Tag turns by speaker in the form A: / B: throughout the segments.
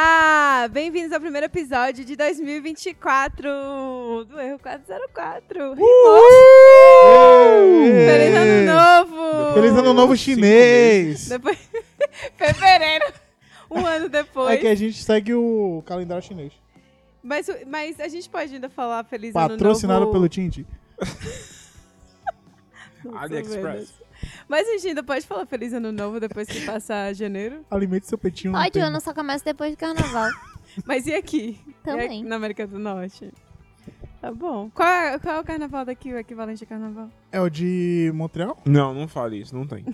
A: Olá, bem-vindos ao primeiro episódio de 2024 do Erro 404.
B: Uh! Uhul!
A: Feliz ano novo!
B: Feliz ano novo chinês!
A: Depois... Fevereiro, um ano
B: É
A: depois.
B: que a gente segue o calendário chinês.
A: Mas, o- mas a gente pode ainda falar Feliz
B: Patrocinado
A: ano
B: pelo
A: novo.
B: Tint.
A: pelo
C: AliExpress.
A: Mas a gente ainda pode falar Feliz ano novo depois que passar janeiro.
B: Alimente seu petinho. não
D: Ódio,
B: tem-
D: ano só começa depois do carnaval.
A: Mas e aqui? E aqui
D: Também.
A: na América do Norte? Tá bom. Qual é, qual é o carnaval daqui, o equivalente a carnaval?
B: É o de Montreal?
C: Não, não fale isso, não tem.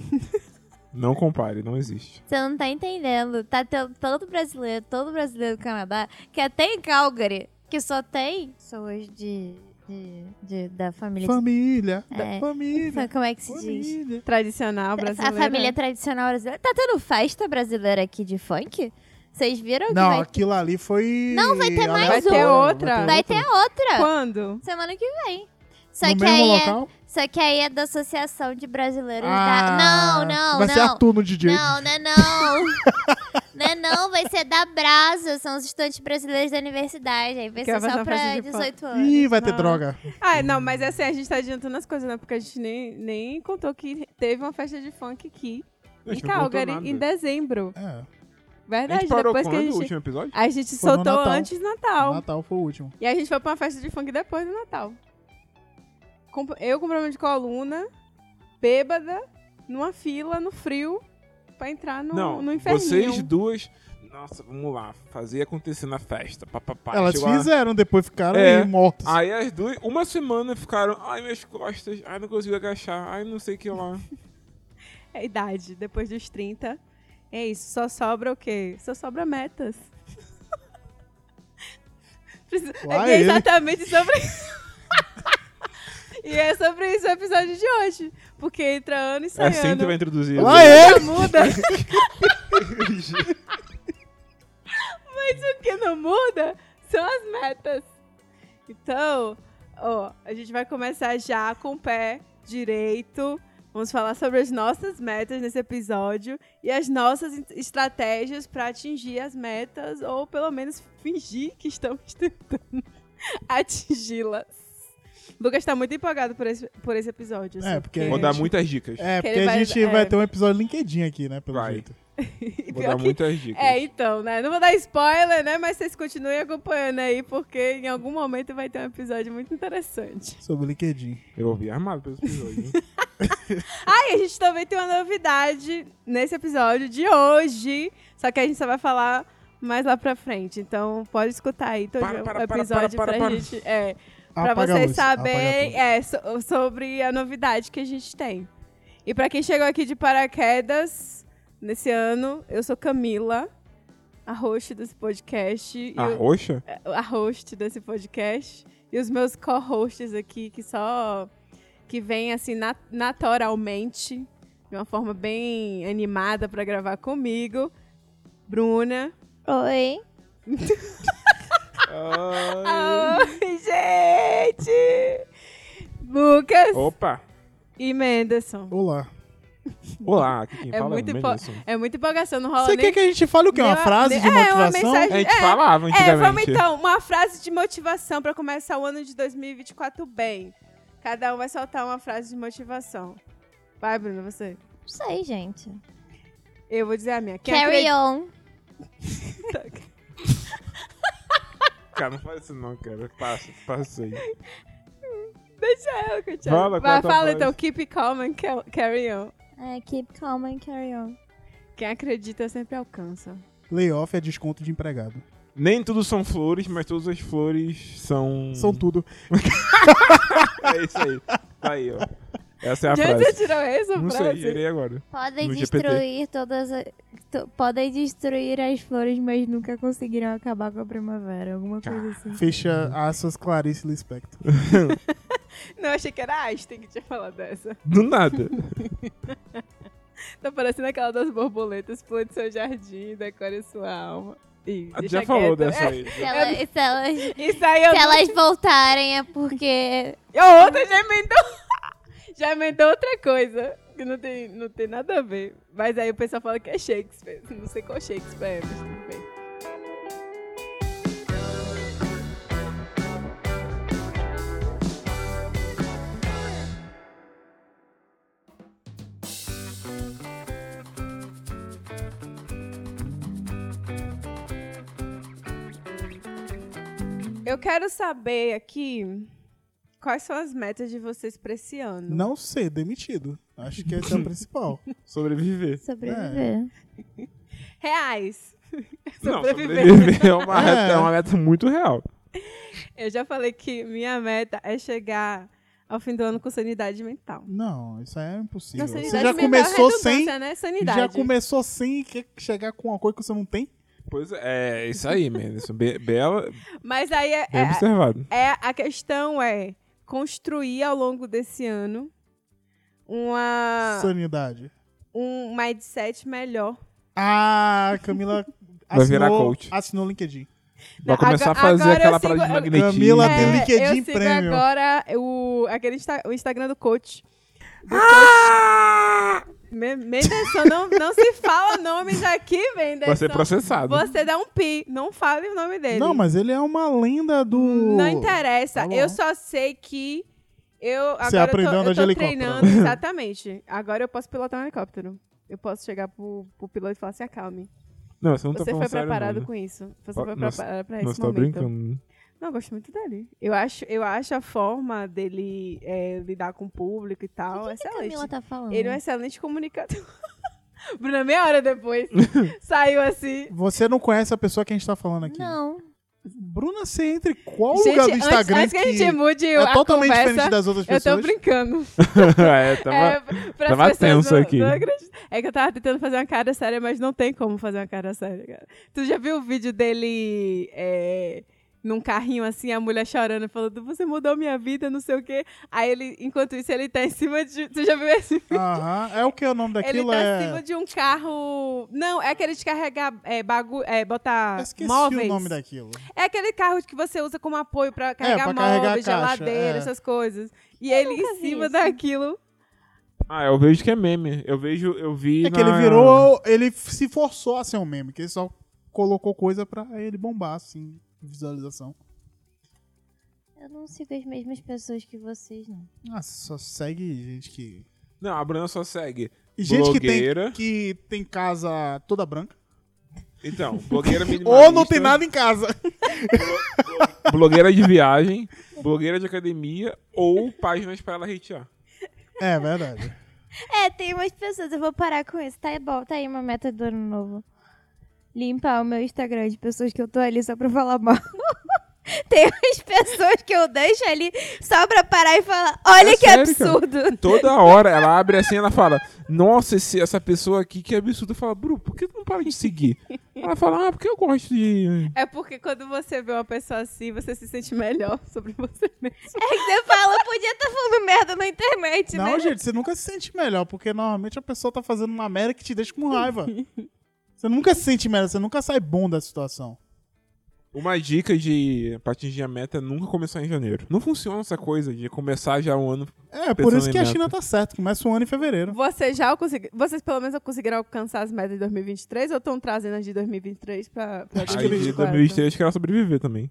C: não compare, não existe.
D: Você não tá entendendo. Tá tendo tanto brasileiro, todo brasileiro do Canadá, que até em Calgary, que só tem pessoas de. de, de- da família.
B: Família.
D: É.
B: da Família.
D: Como é que se diz?
B: Família.
A: Tradicional brasileiro.
D: A família tradicional brasileira. Tá tendo festa brasileira aqui de funk? Vocês viram É que
B: Não, é
D: vai,
B: aquilo ali foi.
D: Não, vai ter mais um.
A: Vai ter outra.
D: vai ter outra
A: Quando?
D: semana que vem. Só
B: no
D: que,
B: mesmo
D: aí é,
B: local?
D: só que aí é da Associação de Brasileiros da.
B: Ah,
D: Não, não,
B: Vai
D: não.
B: ser Arthur no DJ.
D: Não, não é não. não é não, vai ser da Brasa. São os estudantes brasileiros da universidade. Aí vai
A: Que
D: ser
A: vai ser
D: só
A: uma festa
D: pra
A: de
D: 18 anos.
B: Ih, vai ter
A: Não.
B: droga.
A: Ah, não, mas assim, a gente tá adiantando as coisas, né? Porque a gente nem, nem contou que teve uma festa de funk aqui em
C: Gente, não contou
A: Calgary
C: nada.
A: em dezembro.
B: É.
C: A
A: Verdade,
C: gente parou
A: depois que a
C: quando o
A: gente. Ah,
C: último episódio?
A: A gente
B: Foi no
A: soltou
B: Natal.
A: antes do Natal.
B: Natal foi o último.
A: E a gente foi pra uma festa de funk depois do Natal. Com- Eu com problema de coluna, bêbada, numa fila, no frio, pra entrar no,
C: não,
A: no inferninho.
C: vocês duas... Nossa, vamos lá, fazer acontecer na festa. Pá, pá, pá.
B: Elas
C: Chegou lá-
B: fizeram, depois ficaram
C: É.
B: aí mortas.
C: Aí as duas, uma semana ficaram, ai minhas costas, ai não consigo agachar, ai não sei o que lá.
A: É a idade, depois dos 30. É isso, só sobra o quê? Só sobra metas. Precisa-
B: Lá
A: é
B: ele.
A: exatamente sobre E é sobre isso o episódio de hoje. Porque entra ano e sai
C: É assim que
A: ano.
C: vai introduzir.
B: Lá
A: Nada
B: ele!
A: muda. Mas o que não muda são as metas. Então, ó, a gente vai começar já com o pé direito. Vamos falar sobre as nossas metas nesse episódio e as nossas en- estratégias para atingir as metas ou pelo menos fingir que estamos tentando atingi-las. Lucas tá muito empolgado por esse, por esse episódio.
B: É,
A: assim,
B: porque
C: Vou dar muitas dicas.
B: É,
A: Que
B: porque
A: ele
B: a
A: vai-
B: gente
A: é.
B: vai ter um episódio LinkedIn aqui, né? Pelo
C: Vai.
B: jeito.
A: e
C: Vou
A: pior
C: dar
A: que-
C: muitas dicas.
A: É, então, né? Não vou dar spoiler, né? Mas vocês continuem acompanhando aí, porque em algum momento vai ter um episódio muito interessante.
B: Sobre o LinkedIn.
C: Eu ouvi armado pelo episódio. hein?
A: Ah, e a gente também tem uma novidade nesse episódio de hoje. Só que a gente só vai falar mais lá pra frente. Então, pode escutar aí todo
C: Para, para,
A: o
C: para,
A: episódio
C: para, para,
A: pra
C: para.
A: gente. É, pra
B: Apaga a
A: vocês
B: luz, apaga
A: saberem
B: tudo.
A: é, so- sobre a novidade que a gente tem. E pra quem chegou aqui de paraquedas nesse ano, eu sou Camila, a host desse podcast. e
C: A
A: eu-
C: roxa?
A: a host desse podcast e os meus co-hosts aqui que só que vêm assim nat- naturalmente de uma forma bem animada pra gravar comigo. Bruna.
D: Oi.
A: Ah.
C: Ai.
A: Oi, gente! Lucas
C: Opa!
A: e Menderson.
B: Olá.
C: Olá, aqui quem
A: É
C: fala
A: muito
C: é o
A: impo-
C: Menderson.
A: É muita empolgação, não rola
B: Você
A: nem...
B: quer é que a gente fale o quê? Uma
A: nem-
B: frase de
A: é, uma
B: motivação?
A: mensagem-
C: A gente
A: É.
C: falava
A: É, vamos
C: antigamente.
A: então, uma frase de motivação pra começar o ano de 2024 bem. Cada um vai soltar uma frase de motivação. Vai, Bruna, você.
D: Não sei, gente.
A: Eu vou dizer a minha. Quem
D: Carry
A: acredita-
D: on.
C: Cara, não faz isso não, cara. Passa, passa aí.
A: Deixa eu, Cristiano. Vai,
C: Fala, qual a tua
A: fala
C: frase?
A: então. Keep calm and ca- carry on.
D: É, keep calm and carry on.
A: Quem acredita sempre alcança.
B: Layoff é desconto de empregado.
C: Nem tudo são flores, mas todas as flores são.
B: São tudo.
C: É isso aí. Tá aí, ó. Essa é a
A: De onde você
C: frase.
A: tirou essa
C: Não sei,
A: frase?
C: irei agora.
D: Podem
C: No GPT.
D: destruir todas a- to- Podem destruir as flores, mas nunca conseguirão acabar com a primavera. Alguma coisa assim.
B: Fecha aspas Clarice Lispector.
A: Não, achei que era Einstein que tinha falado dessa.
C: Do nada.
A: Tá parecendo aquela das borboletas. Plante seu jardim, decore sua alma. Ih,
C: Ah, tu
A: deixa
C: Já falou
A: quieto.
C: dessa
A: É,
C: aí.
D: Se elas, se elas, se
A: Isso aí eu...
D: elas voltarem é porque.
A: A outra já emendou... já emendou outra coisa. Que não tem, não tem nada a ver. Mas aí o pessoal fala que é Shakespeare. Não sei qual Shakespeare é, mas tudo bem. Eu quero saber aqui quais são as metas de vocês pra esse ano.
B: Não ser demitido. Acho que essa é a principal.
C: Sobreviver.
D: Sobreviver.
A: Reais.
C: Não,
A: Sobreviver.
C: sobreviver é uma,
B: É.
C: meta, é uma meta muito real.
A: Eu já falei que minha meta é chegar ao fim do ano com sanidade mental.
B: Não, isso aí é impossível.
A: Não,
B: Você
A: sanidade
B: já
A: mental
B: começou
A: é
B: sem.
A: redundância, né? Sanidade.
B: Já começou sem e quer chegar com uma coisa que você não tem?
C: Pois é, é isso aí, Menderson. Be- bela,
A: Mas aí é,
C: bem
A: é-
C: observado.
A: é- a questão é construir ao longo desse ano uma
B: Sanidade.
A: um mindset melhor.
B: Ah, a Camila
C: Vai virar coach.
B: assinou o LinkedIn.
A: Não,
C: Vai começar
A: agora-
C: a fazer
A: agora
C: aquela
A: eu sigo-
C: parada
A: eu-
C: de magnetismo.
B: Camila Tá, tem
A: É,
B: LinkedIn
A: eu sigo
B: Premium.
A: agora o aquele insta- o Instagram do coach. Me- Menderson, não, não se fala nomes aqui, Menderson.
C: Vai ser processado.
A: Você dá um pi, não fale o nome dele.
B: Não, mas ele é uma lenda do.
A: Não interessa.
B: Tá bom.
A: eu só sei que eu agora
B: Você aprendeu a
A: eu tô,
B: andar
A: eu
B: de
A: tô
B: helicóptero.
A: treinando exatamente. Agora eu posso pilotar um helicóptero. Eu posso chegar pro, pro piloto e falar: se acalme.
C: Não, você não tá
A: Você
C: falando
A: foi
C: sério,
A: preparado
C: não.
A: com isso. Você
C: Ó,
A: foi
C: nós-
A: preparado pra
C: Nós
A: esse
C: tá
A: momento.
C: brincando.
A: Não, eu gosto muito dele. Eu acho, eu acho a forma dele é, lidar com o público e tal
D: O que, que a
A: excelente.
D: Camila tá falando?
A: Ele é um excelente comunicador. Bruna, meia hora depois, saiu assim.
B: Você não conhece a pessoa que a gente tá falando aqui.
D: Não.
B: Bruna, você entre em qual
A: gente,
B: lugar do
A: antes-
B: Instagram
A: antes, que a gente mude
B: é
A: a
B: totalmente
A: conversa,
B: diferente das outras
A: eu
B: pessoas?
A: tô brincando.
C: é, tava...
A: É, pra
C: tava
A: as pessoas
C: tenso
A: não-
C: aqui.
A: não acreditam. é que eu tava tentando fazer uma cara séria, mas não tem como fazer uma cara séria, cara. Tu já viu o vídeo dele é, num carrinho assim, a mulher chorando, falando, você mudou minha vida, não sei o quê. Aí ele, enquanto isso, ele tá em cima de. Tu já viu esse vídeo?
B: Aham. É o que o nome
A: Ele
B: daquilo
A: tá
B: é.
A: em cima de um carro. Não, é aquele de carregar é, bagu... é, botar
B: Eu esqueci
A: móveis.
B: o nome daquilo. É,
A: É aquele carro que você usa como apoio pra carregar
B: pra carregar a
A: móveis,
B: caixa,
A: geladeira,
B: é.
A: essas coisas. E ele em
D: nunca vi
A: cima
D: isso.
A: daquilo.
C: Ah, eu vejo que é meme. Eu vejo, eu vi.
B: É que ele
C: na-
B: virou. Ele se forçou a ser um meme, que ele só colocou coisa pra ele bombar, assim, visualização.
D: Eu não sigo as mesmas pessoas que vocês, não.
B: Ah, só segue gente que.
C: Não, a Bruna só segue.
B: E gente que
C: Blogueira.
B: tem, que tem casa toda branca.
C: Então, blogueira minimalista.
B: Ou não tem nada em casa.
C: Blogueira de viagem, blogueira de academia ou páginas pra ela hatear.
B: É verdade.
D: É, tem umas pessoas, eu vou parar com isso. Tá bom, tá aí uma meta do ano novo. Limpar o meu Instagram de pessoas que eu tô ali só pra falar mal. tem umas pessoas que eu deixo ali só pra parar e falar, olha
C: É
D: que
C: sério,
D: absurdo.
C: Toda hora ela abre assim ela fala: Nossa, esse- essa pessoa aqui que absurdo. Eu falo, Bru, por que tu não para de seguir? Ela fala: Ah, porque eu gosto de.
A: É porque quando você vê uma pessoa assim, você se sente melhor sobre você mesmo.
D: É que você fala, eu podia estar falando merda na internet,
B: Não,
D: né?
B: gente, você nunca se sente melhor, porque normalmente a pessoa tá fazendo uma merda que te deixa com raiva. Você nunca se sente melhor, você nunca sai bom da situação.
C: Uma dica de pra atingir a meta é nunca começar em janeiro. Não funciona essa coisa de começar já um ano.
B: É, por
C: Pensando
B: isso que a
C: em
B: China tá certa. Começa o ano em fevereiro.
A: Vocês já consegui... Vocês pelo menos conseguiram alcançar as metas de 2023 ou estão trazendo as de 2023 pra, pra
C: Aí de
A: 2024?
C: 2023 que ela sobreviver também.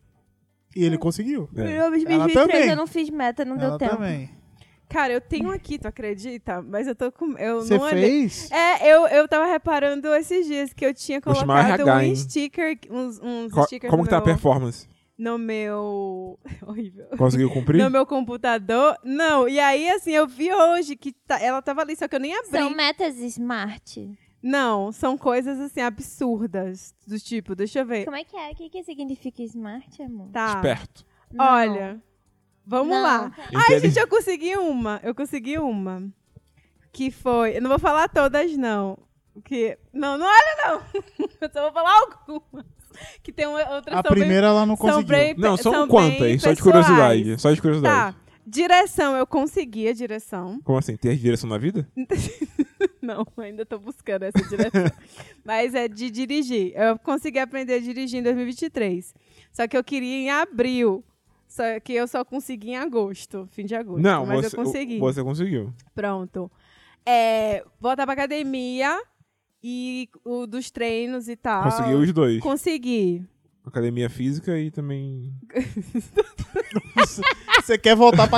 B: E ele conseguiu.
C: É.
D: Eu, em
B: Ela
D: 2023
B: também.
D: eu não fiz meta, não
B: Ela
D: deu tempo.
B: também.
A: Cara, eu tenho aqui, tu acredita? Mas eu tô com. Eu
B: Você
A: não olhei.
B: fez?
A: É, eu, eu tava reparando esses dias que eu tinha
C: Vou chamar
A: colocado
C: RH,
A: um
C: é hein?
A: sticker, uns, uns
C: Co-
A: stickers no,
C: Como que tá a
A: meu,
C: performance?
A: no meu. Horrível.
C: Conseguiu cumprir?
A: No meu computador. Não, e aí assim, eu vi hoje que tá- ela tava ali, só que eu nem abri.
D: São metas smart.
A: Não, são coisas assim absurdas. Do tipo, deixa eu ver.
D: Como é que é? O que, que significa smart, amor?
A: Tá.
C: Esperto.
D: Não.
A: Olha. Vamos
D: Não.
A: lá. Ai, gente, eu consegui uma. Eu consegui uma. Que foi. Eu não vou falar todas, não. Que... Não, não olha, não. Eu só vou falar algumas. Que tem uma- outras
B: A
A: são bem-
B: primeira ela não
A: são
B: conseguiu.
A: bem-
C: Não, são,
A: são bem
C: quantas? Só de
A: pessoais.
C: curiosidade. Só de curiosidade.
A: Tá. Direção, eu consegui a direção.
C: Como assim? Ter direção na vida?
A: Não, ainda tô buscando essa direção. Mas é de dirigir. Eu consegui aprender a dirigir em 2023. Só que eu queria em abril. Só que eu só consegui em agosto, fim de agosto.
C: Não,
A: mas
C: você,
A: eu consegui.
C: você conseguiu.
A: Pronto. É, voltar pra academia e o dos treinos e tal.
C: Conseguiu os dois.
A: Consegui.
C: Academia física e também.
B: Você quer voltar pra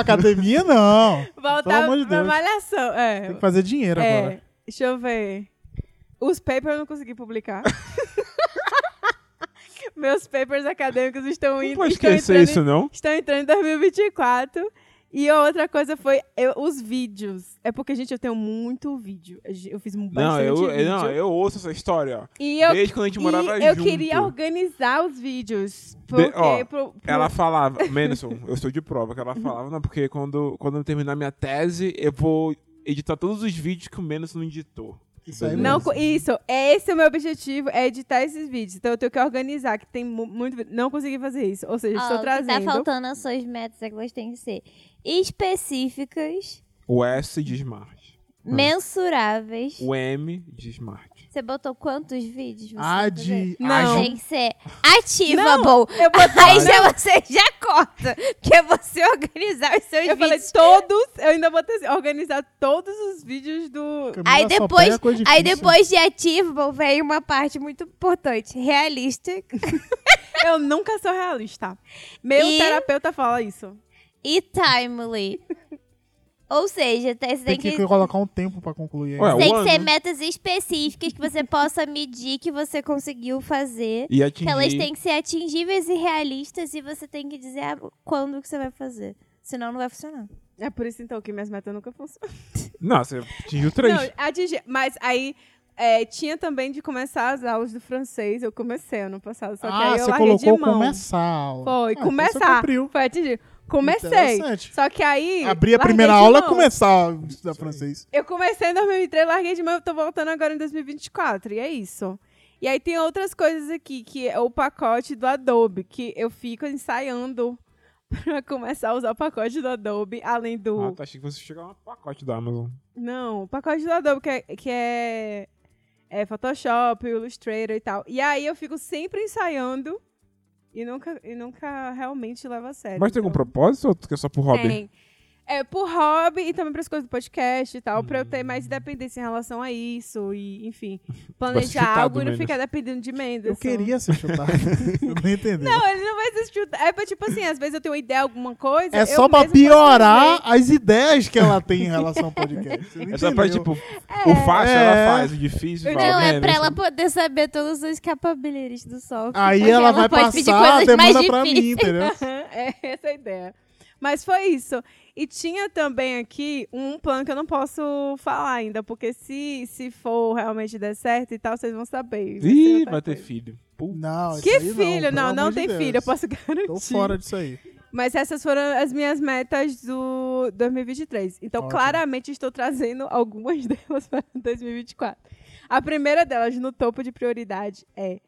B: academia? Não.
A: Voltar
B: amor de
A: pra
B: Deus.
A: malhação. É.
B: Tem que fazer dinheiro
A: É,
B: agora.
A: Deixa eu ver. Os papers eu não consegui publicar. Meus papers acadêmicos estão
C: Não
A: indo.
C: pode
A: estão
C: esquecer
A: entrando
C: isso, não.
A: estão entrando em 2024. E a outra coisa foi eu- os vídeos. É porque, gente, eu tenho muito vídeo. Eu fiz bastante
C: Não eu,
A: vídeo.
C: não, eu ouço essa história, ó.
A: E eu,
C: Desde quando a gente
A: e
C: morava
A: eu
C: junto.
A: queria organizar os vídeos. Porque
C: De- ó,
A: pro- pro-
C: Ela falava, Menderson, eu estou de prova, que
A: Uhum.
C: ela falava, não, porque quando, quando eu terminar minha tese, eu vou editar todos os vídeos que o Menderson não editou.
B: Isso aí
A: Não,
B: mesmo.
A: co- isso, esse é o meu objetivo, é editar esses vídeos. Então eu tenho que organizar, que tem mu- muito vídeo. Não consegui fazer isso. Ou seja,
D: Ó,
A: estou
D: o que tá
A: trazendo.
D: faltando nas suas metas é que elas têm que ser específicas,
C: O S de Smart.
B: Ah.
D: mensuráveis.
C: O M de Smart.
D: Você botou quantos vídeos? Você
B: A
D: vai
B: Ah, de.
A: Não.
B: a
D: fazer?
B: de-
D: Tem que ser ativa,
A: Não,
D: bom.
A: eu botei-
D: Aí já você já corta, que é você organizar os seus
A: Eu falei
D: vídeos.
A: todos, eu ainda vou ter, organizar todos os vídeos do.
B: Camila
D: Aí
B: só
D: depois,
B: pega coisa
D: aí
B: tá difícil.
D: depois de ativo, bom, vem uma parte muito importante, realista
A: Eu nunca sou realista. Meu
D: E-
A: terapeuta fala isso.
D: e timely. Ou seja, tem- você
B: Tem que, colocar um tempo pra concluir.
C: Ué,
B: aí.
C: o
D: Tem que
C: ano,
D: ser
C: né?
D: metas específicas que você possa medir que você conseguiu fazer.
C: E
D: Que
C: atingir...
D: elas Então, têm que ser atingíveis e realistas e você tem que dizer ah, quando que você vai fazer. Senão não vai funcionar.
A: É por isso então que minhas metas nunca funcionam.
C: Não, você atingiu três.
A: Não, atingir. Mas aí é, tinha também de começar as aulas do francês. Eu comecei ano passado, só que
B: ah,
A: aí eu
B: você
A: larguei
B: colocou
A: de mão.
B: começar a aula.
A: Foi,
B: Ah, então você
A: começar.
B: cumpriu.
A: Foi atingir. Comecei.
B: Interessante.
A: Só que aí.
B: Abrir
A: larguei
B: a primeira
A: de
B: aula é
A: mão.
B: começar a estudar francês.
A: Eu comecei em 2023, larguei de mão, eu tô voltando agora em 2024. E é isso. E aí tem outras coisas aqui, que é o pacote do Adobe, que eu fico ensaiando pra começar a usar o pacote do Adobe, além do.
C: Ah, tá, achei que você chegava no pacote da Amazon.
A: Não, o pacote do Adobe, que é, que é, é Photoshop, Illustrator e tal. E aí eu fico sempre ensaiando e nunca, e nunca realmente levo a sério.
C: Mas tem algum
A: Então,
C: propósito ou tu quer só pro hobby?
A: Tem. É, por hobby e também pras coisas do podcast e tal, pra eu ter
C: Hum.
A: mais independência em relação a isso e, enfim,
C: chutado,
A: planejar algo e não
C: Mendes.
A: ficar dependendo de Mendes. assim.
B: Eu queria ser chutado. eu não entendi.
A: Não, ele não vai se chutar. É pra, tipo assim, às vezes eu tenho uma ideia, alguma coisa.
B: é
A: eu
B: só pra
A: mesmo um posso
B: piorar as ideias que ela tem em relação ao podcast. Você não
C: É só pra,
B: entendeu.
C: tipo, o fácil
B: É.
C: ela faz, o difícil
A: Não,
C: fala,
D: não, é
C: "Menderson,
D: pra ela poder saber todas as capabilhas do sol.
B: Aí
D: Porque
B: ela, vai
D: pode pedir
B: passar a
D: coisas mais
B: demanda pra mim,
D: difíceis.
B: entendeu?
A: é essa a ideia. Mas foi isso. E tinha também aqui um plano que eu não posso falar ainda, porque se, se for realmente der certo e tal, vocês vão saber. ser
C: Ih,
A: outra
C: vai ter
A: coisa.
C: filho. Pô,
B: Não, isso
A: Que
B: aí não,
A: filho?
B: pelo
A: Não, não,
B: amor de
A: tem
B: Deus.
A: filho, eu posso garantir.
B: Tô fora disso aí.
A: Mas essas foram as minhas metas do 2023. Então,
B: Ótimo.
A: claramente, estou trazendo algumas delas para 2024. A primeira delas, no topo de prioridade, é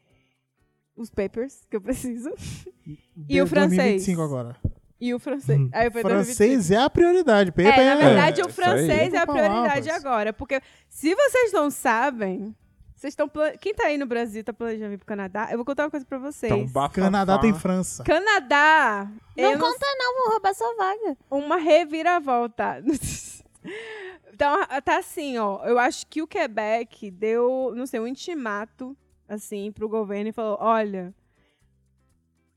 A: os papers que eu preciso E o
B: De-
A: francês?
B: 2025 agora.
A: e o francês. Aí foi 2023.
B: Hum. Francês é a prioridade. Pepe
A: É, na verdade,
C: É,
A: o
C: isso aí.
A: francês é a
B: Com
A: prioridade
B: palavras.
A: agora. Porque se vocês não sabem, vocês estão. plan- Quem tá aí no Brasil tá planejando vir pro Canadá? Eu vou contar uma coisa pra vocês.
C: tá um bafafá.
B: Canadá tem França.
A: Canadá!
D: Não
A: eu
D: conta não, vão roubar sua vaga.
A: uma reviravolta. Então, tá assim, ó. Eu acho que o Quebec deu, não sei, um intimato, assim, pro governo e falou: olha,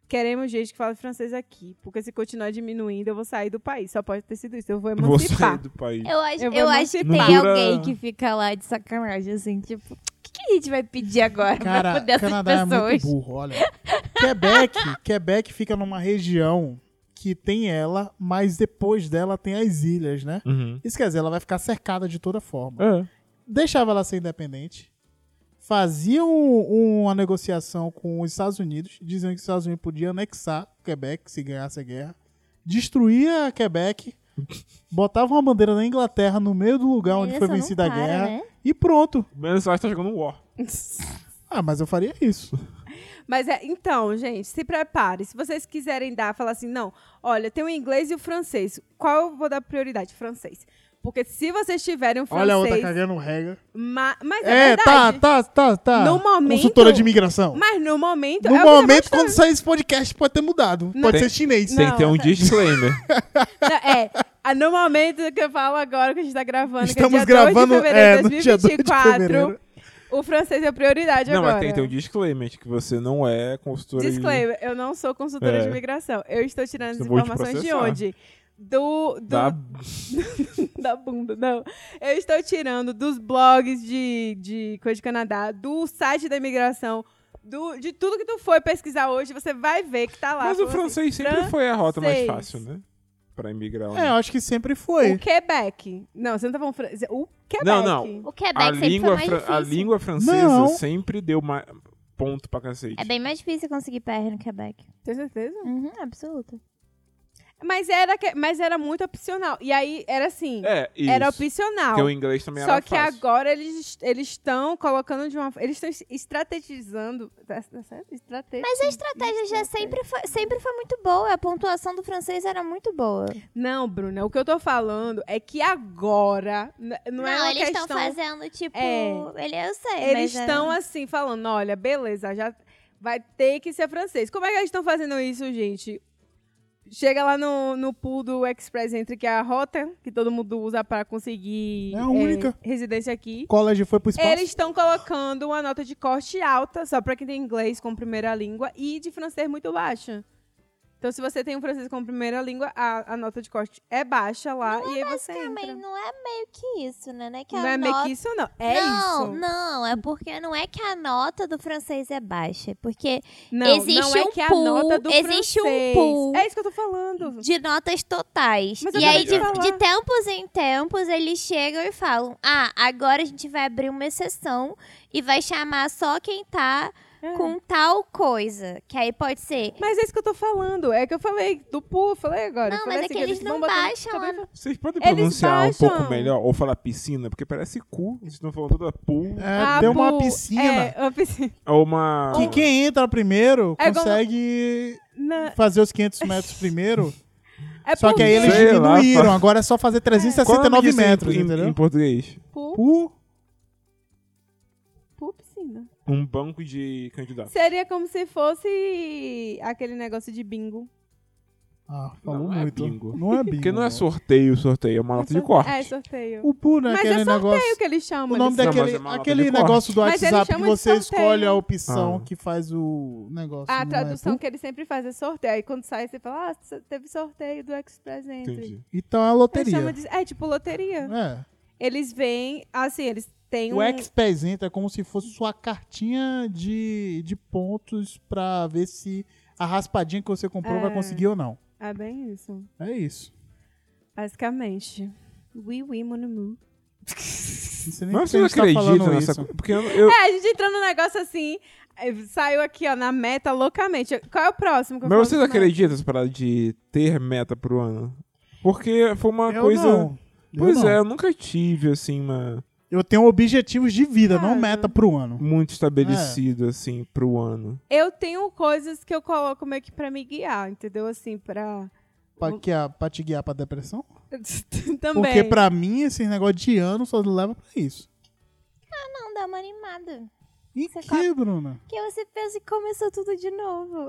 A: queremos gente que fala francês aqui, porque se continuar diminuindo, eu vou sair do país. Só pode ter sido isso. Eu vou
C: Vou sair
A: emancipar.
C: é do país.
D: Eu acho,
A: Eu
D: eu
A: vou
D: acho que tem
C: emancipar. Não dura-
D: alguém que fica lá de sacanagem, assim, tipo, o que, que a gente vai pedir agora pra
B: Cara,
D: poder essas
B: Canadá é muito
D: pessoas?
B: burro, olha. Quebec, Quebec fica numa região que tem ela, mas depois dela tem as ilhas, né?
C: Uhum.
B: Isso quer dizer, ela vai ficar cercada de toda forma.
C: É.
B: Deixava ela ser independente, fazia um- uma negociação com os Estados Unidos, dizendo que os Estados Unidos podiam anexar Quebec se ganhasse a guerra, destruía Quebec, botava uma bandeira da Inglaterra no meio do lugar É onde
D: Essa
B: foi
D: não
B: vencida
D: para,
B: a guerra
D: né?
B: e pronto.
C: Menos ela tá jogando War.
B: Ah, mas eu faria isso.
A: Mas é, então, gente, se prepare. Se vocês quiserem dar, falar assim, não, olha, tem o inglês e o francês. Qual eu vou dar prioridade? Francês. Porque se vocês tiverem o francês.
B: Olha a outra cagando regra.
A: ma- mas é,
B: É, tá,
A: verdade.
B: tá, tá, tá.
A: No momento-
B: Consultora de imigração.
A: Mas no momento.
B: no
A: é o que tá
B: momento, quando sair esse podcast, pode ter mudado.
A: Não.
B: Pode
C: Tem-
B: ser chinês.
A: Não. é-
C: Tem que ter um disclaimer.
A: Não, é. ah, No momento que eu falo agora, que a gente tá gravando, que é
B: Estamos
A: dia 2
B: gravando
A: de fevereiro
B: é,
A: de
B: no dia 2 de
A: 2024,
B: fevereiro.
A: o francês é prioridade
C: não,
A: agora.
C: mas tem que ter um disclaimer de que você não é consultora de-
A: Disclaimer, eu não sou consultora
C: É.
A: de imigração. Eu estou tirando as
C: Eu vou te
A: informações de
C: processar.
A: onde? Do, do-
C: da...
A: da bunda, não. Eu estou tirando dos blogs de, de Coisa de Canadá, do site da imigração, do- de tudo que tu foi pesquisar hoje, você vai ver que tá lá.
C: Mas o
A: Falou assim,
C: francês sempre foi a rota
A: francês.
C: mais fácil, né? Pra emigrar.
B: É, eu
C: né?
B: acho que sempre
A: O
B: foi.
A: Quebec. Não, você não tá falando francês. O Quebec.
C: Não, não.
D: O Quebec
C: a,
D: sempre
C: língua
D: foi mais
C: fran-
D: difícil.
C: a língua francesa
B: Não.
C: sempre deu ma- ponto pra cacete.
D: É bem mais difícil conseguir PR no Quebec.
A: Tem certeza?
D: Uhum, absoluto.
A: Mas era, que- mas era muito opcional. E aí, era assim.
C: É, isso.
A: Era opcional.
C: Porque o inglês também
A: Só
C: era
A: que
C: fácil.
A: agora eles eles estão colocando de uma eles estão estrategizando, tá, tá certo? Estratégia. Mas a
D: estratégia já é sempre foi, sempre foi muito boa. A pontuação do francês era muito boa.
A: Não, Bruna, o que eu tô falando é que agora n- não, é uma
D: eles
A: questão
D: fazendo, tipo...
A: É.
D: Ele, eu sei,
A: Eles
D: mas é-
A: estão assim falando, olha, beleza, já vai ter que ser francês. Como é que eles estão fazendo isso, gente? Chega lá no, no pool do Express Entry, que é a rota que todo mundo usa pra conseguir
B: É a única.
A: residência aqui.
B: O college foi pro espaço.
A: Eles estão colocando uma nota de corte alta, só pra quem tem inglês como primeira língua, e de francês muito baixa. Então, se você tem um francês como primeira língua, a, a nota de corte é baixa lá, e aí você
D: Também
A: entra.
D: não é meio que isso, né? né? Que
A: Não
D: a
A: é meio
D: nota-
A: que isso, não. É
D: não,
A: isso.
D: não, é porque não é que a nota do francês é baixa, é porque
A: Não,
D: Existe
A: não é
D: um
A: que a
D: pool,
A: nota do
D: existe um
A: francês.
D: pool.
A: É isso que eu tô falando.
D: de notas totais.
A: Mas eu
D: e
A: acabei
D: aí,
A: de
D: de,
A: falar.
D: de tempos em tempos, eles chegam e falam: Ah, agora a gente vai abrir uma exceção e vai chamar só quem tá
A: É.
D: com tal coisa. Que aí pode ser.
A: Mas é isso que eu tô falando. É que eu falei do pool, falei agora.
D: Não,
A: falei
D: mas é
A: assim,
D: que eles não
A: vão botando-
D: baixam
A: acabei
D: né? a
A: de falar.
C: Vocês podem
A: Eles
C: pronunciar um
A: baixam.
C: pouco melhor ou falar piscina, porque parece cu. Vocês estão falando toda pool.
B: É,
A: Ah,
B: deu uma
A: pool.
B: piscina.
A: É, uma piscina.
C: Ou uma.
B: Que quem entra primeiro
A: É igual-
B: consegue
A: Na-
B: fazer os 500 metros primeiro.
A: É
B: Só que aí eles
C: Sei lá,
B: diminuíram.
C: fa-
B: Agora é só fazer
C: Qual é o
B: 369
C: nome disso em-
B: metros,
C: em,
B: entendeu?
C: Em português.
A: Pool,
B: Pu-
A: pool, piscina.
C: Um banco de candidatos.
A: Seria como se fosse aquele negócio de bingo.
B: Ah, falou
C: Não é
B: muito.
C: bingo.
B: Não é bingo.
C: Porque não é sorteio, sorteio, é uma nota de corte.
A: É, sorteio.
B: O pu, né?
A: Mas
B: aquele
A: é sorteio
B: negócio.
A: que eles chamam.
B: O nome
A: eles-
C: Não, mas é
B: daquele
C: uma nota de
B: aquele
C: corte.
B: negócio do
A: Mas eles
B: WhatsApp que
A: chamam de
B: você
A: sorteio.
B: escolhe a opção
C: Ah.
B: que faz o negócio.
A: A
B: não é
A: tradução
B: pu?
A: que eles sempre fazem é sorteio. Aí quando sai, você fala, ah, so- teve sorteio do Express Entry.
C: Entendi.
B: Então é a
A: Eles chamam
B: loteria.
A: de... É tipo loteria.
B: É.
A: Eles vêm, assim, eles têm
B: O
A: um...
B: Express Entry é como se fosse sua cartinha de, de pontos pra ver se a raspadinha que você comprou vai conseguir ou não.
A: É bem isso.
B: É isso.
A: Basicamente. Oui, oui, mon amour.
B: Não sei nem por
C: Mas
B: que
C: vocês
B: a gente tá
C: acreditam
B: falando
C: nessa
B: isso.
C: coisa? Porque eu, eu-
A: É, a gente entrou num negócio assim, eh, saiu aqui, ó, na meta loucamente. Qual é o próximo que eu
C: Mas
A: falo
C: vocês
A: do meta?
C: acreditam nessa parada de ter meta pro ano? Porque foi uma
B: Eu
C: coisa.
B: não.
C: Pois
B: eu não.
C: é, eu nunca tive, assim, uma.
B: Eu tenho objetivos de vida, não meta pro ano.
C: Muito
B: É.
C: estabelecido, assim, pro ano.
A: Eu tenho coisas que eu coloco meio que pra me guiar, entendeu? Assim, pra...
B: Pra, que a, pra te guiar pra depressão?
A: Também.
B: Porque pra mim, esse negócio de ano só leva pra isso.
D: Não, dá uma animada.
B: E
D: Você
B: que,
D: co-
B: Bruna?
D: Porque você pensa que começou tudo de novo.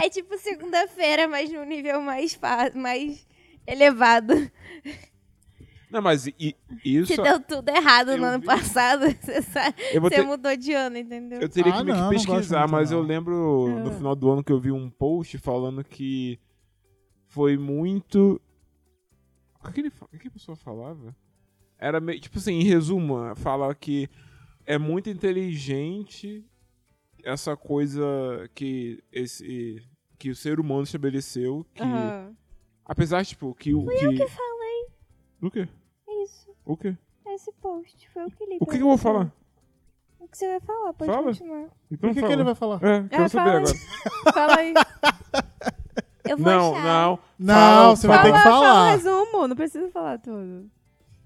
D: é tipo segunda-feira, mas num nível mais, fa- mais elevado.
C: Não, mas i- i- isso.
D: Se deu tudo errado
C: Eu
D: no ano
C: vi.
D: passado, você, sa-
C: Eu, vou
D: você
C: ter-
D: mudou de ano, entendeu?
C: eu teria
B: Ah,
C: que meio
B: não,
C: que
B: não gosto
C: pesquisar,
B: muito,
C: mas
B: não.
C: eu lembro no
A: É.
C: final do ano que eu vi um post falando que foi muito. O que, ele fa- o que a pessoa falava? Era meio. Tipo assim, em resumo, fala que é muito inteligente essa coisa que esse que o ser humano estabeleceu que
A: Aham.
C: apesar tipo que o que,
D: Eu falei
C: o quê?
D: É isso, é
C: O quê?
D: esse post. Foi o que li.
C: O que, que eu vou falar?
D: O que você vai falar, pode
C: Fala.
D: continuar.
C: Então
B: o que, que
C: fala.
B: ele vai falar?
C: É, quero
A: É,
C: saber
A: fala.
C: agora.
A: Fala aí.
D: Eu vou
C: Não,
D: achar
C: não.
B: Não,
C: Fala,
B: você vai
C: fala.
B: ter que
A: Fala um
B: falar.
A: resumo, não precisa falar tudo.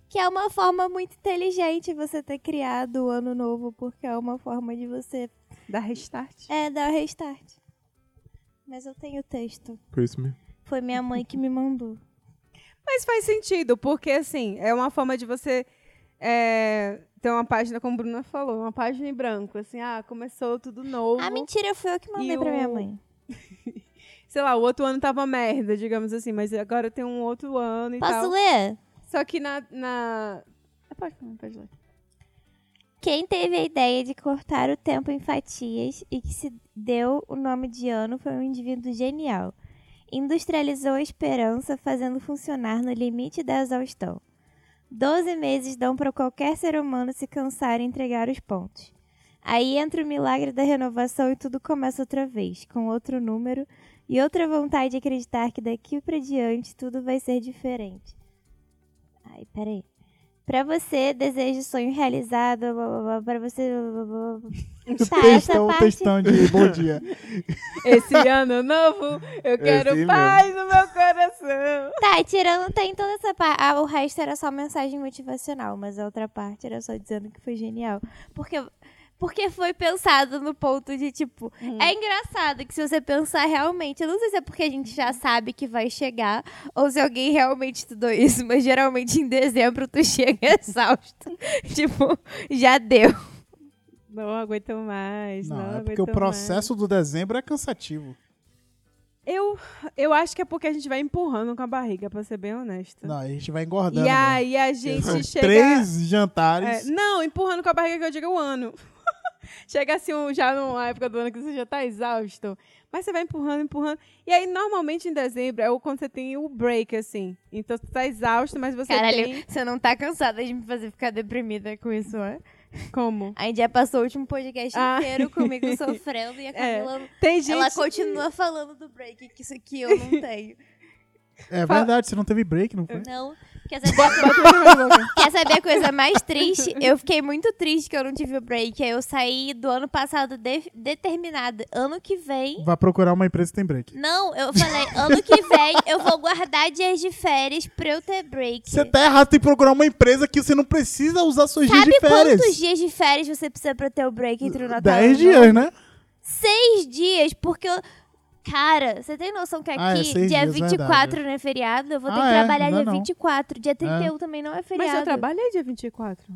D: que é uma forma muito inteligente você ter criado o ano novo, porque é uma forma de você
A: Dá restart.
D: é dar restart. Mas eu tenho o texto.
C: Chris me.
D: Foi minha mãe que me mandou.
A: Mas faz sentido, porque assim, é uma forma de você é, ter uma página, como a Bruna falou, uma página em branco, assim, ah, começou tudo novo.
D: Ah, mentira, foi eu que mandei
A: E
D: pra minha
A: o-
D: mãe.
A: Sei lá, o outro ano tava merda, digamos assim, mas agora tem um outro ano e
D: Posso
A: tal.
D: ler?
A: Só que na. na... Ah, Pode, falar, pode ler.
D: Quem teve a ideia de cortar o tempo em fatias e que se deu o nome de ano foi um indivíduo genial. Industrializou a esperança, fazendo funcionar no limite da exaustão. Doze meses dão para qualquer ser humano se cansar e entregar os pontos. Aí entra o milagre da renovação e tudo começa outra vez, com outro número e outra vontade de acreditar que daqui pra diante tudo vai ser diferente. Ai, peraí. Pra você, desejo, sonho realizado, blá, blá, blá, pra você... Blá, blá, blá, blá. Tá, essa
B: textão,
D: parte...
B: textão de bom dia.
A: Esse ano novo, eu quero
C: Esse mesmo.
A: paz no meu coração.
D: Tá, e tirando, tem toda essa parte. Ah, o resto era só mensagem motivacional, mas a outra parte era só dizendo que foi genial. Porque, porque foi pensado no ponto de, tipo,
A: Uhum.
D: é engraçado que se você pensar realmente, eu não sei se é porque a gente já sabe que vai chegar, ou se alguém realmente estudou isso, mas geralmente em dezembro tu chega exausto. tipo, já deu.
A: Não aguento mais, não,
B: Não, é
A: aguento
B: porque o
A: mais.
B: processo do dezembro é cansativo.
A: Eu, eu acho que é porque a gente vai empurrando com a barriga, pra ser bem honesta.
B: Não, a gente vai engordando.
A: e
B: né?
A: aí a gente chega...
B: Três
A: É,
B: jantares.
A: não, empurrando com a barriga que eu digo o ano. Chega assim, um- já numa época do ano que você já tá exausto. Mas você vai empurrando, empurrando. E aí, normalmente em dezembro é o- quando você tem o break, assim. Então você tá exausto, mas você
D: Caralho,
A: tem.
D: você não tá cansada de me fazer ficar deprimida com isso, né?
A: Como?
D: A gente já passou o último podcast
A: Ah.
D: inteiro comigo sofrendo e a
A: É.
D: Camila
A: Tem gente.
D: Ela continua falando do break, que isso aqui eu não tenho.
B: É, verdade, você não teve break, não foi?
D: Não. Quer saber, a coisa- quer saber a coisa mais triste? Eu fiquei muito triste que eu não tive o break. Aí eu saí do ano passado de- determinada. Ano que vem.
B: Vai procurar uma empresa que tem break.
D: Não, eu falei, ano que vem eu vou guardar dias de férias pra eu ter break.
B: Você tá errado, tem que procurar uma empresa que você não precisa usar seus dias
D: Sabe
B: de férias.
D: quantos dias de férias você precisa pra ter o break entre o Natal e o
B: Dez
D: Ano Novo?
B: dias, né?
D: seis dias, porque eu. Cara, você tem noção que aqui,
B: Ah, é seis
D: dia
B: dias,
D: 24 não é feriado? Eu vou ter
B: Ah,
D: que
B: é?
D: trabalhar
B: Não é
D: dia
B: não.
D: 24. Dia 31 também não é feriado.
A: Mas eu trabalhei dia 24.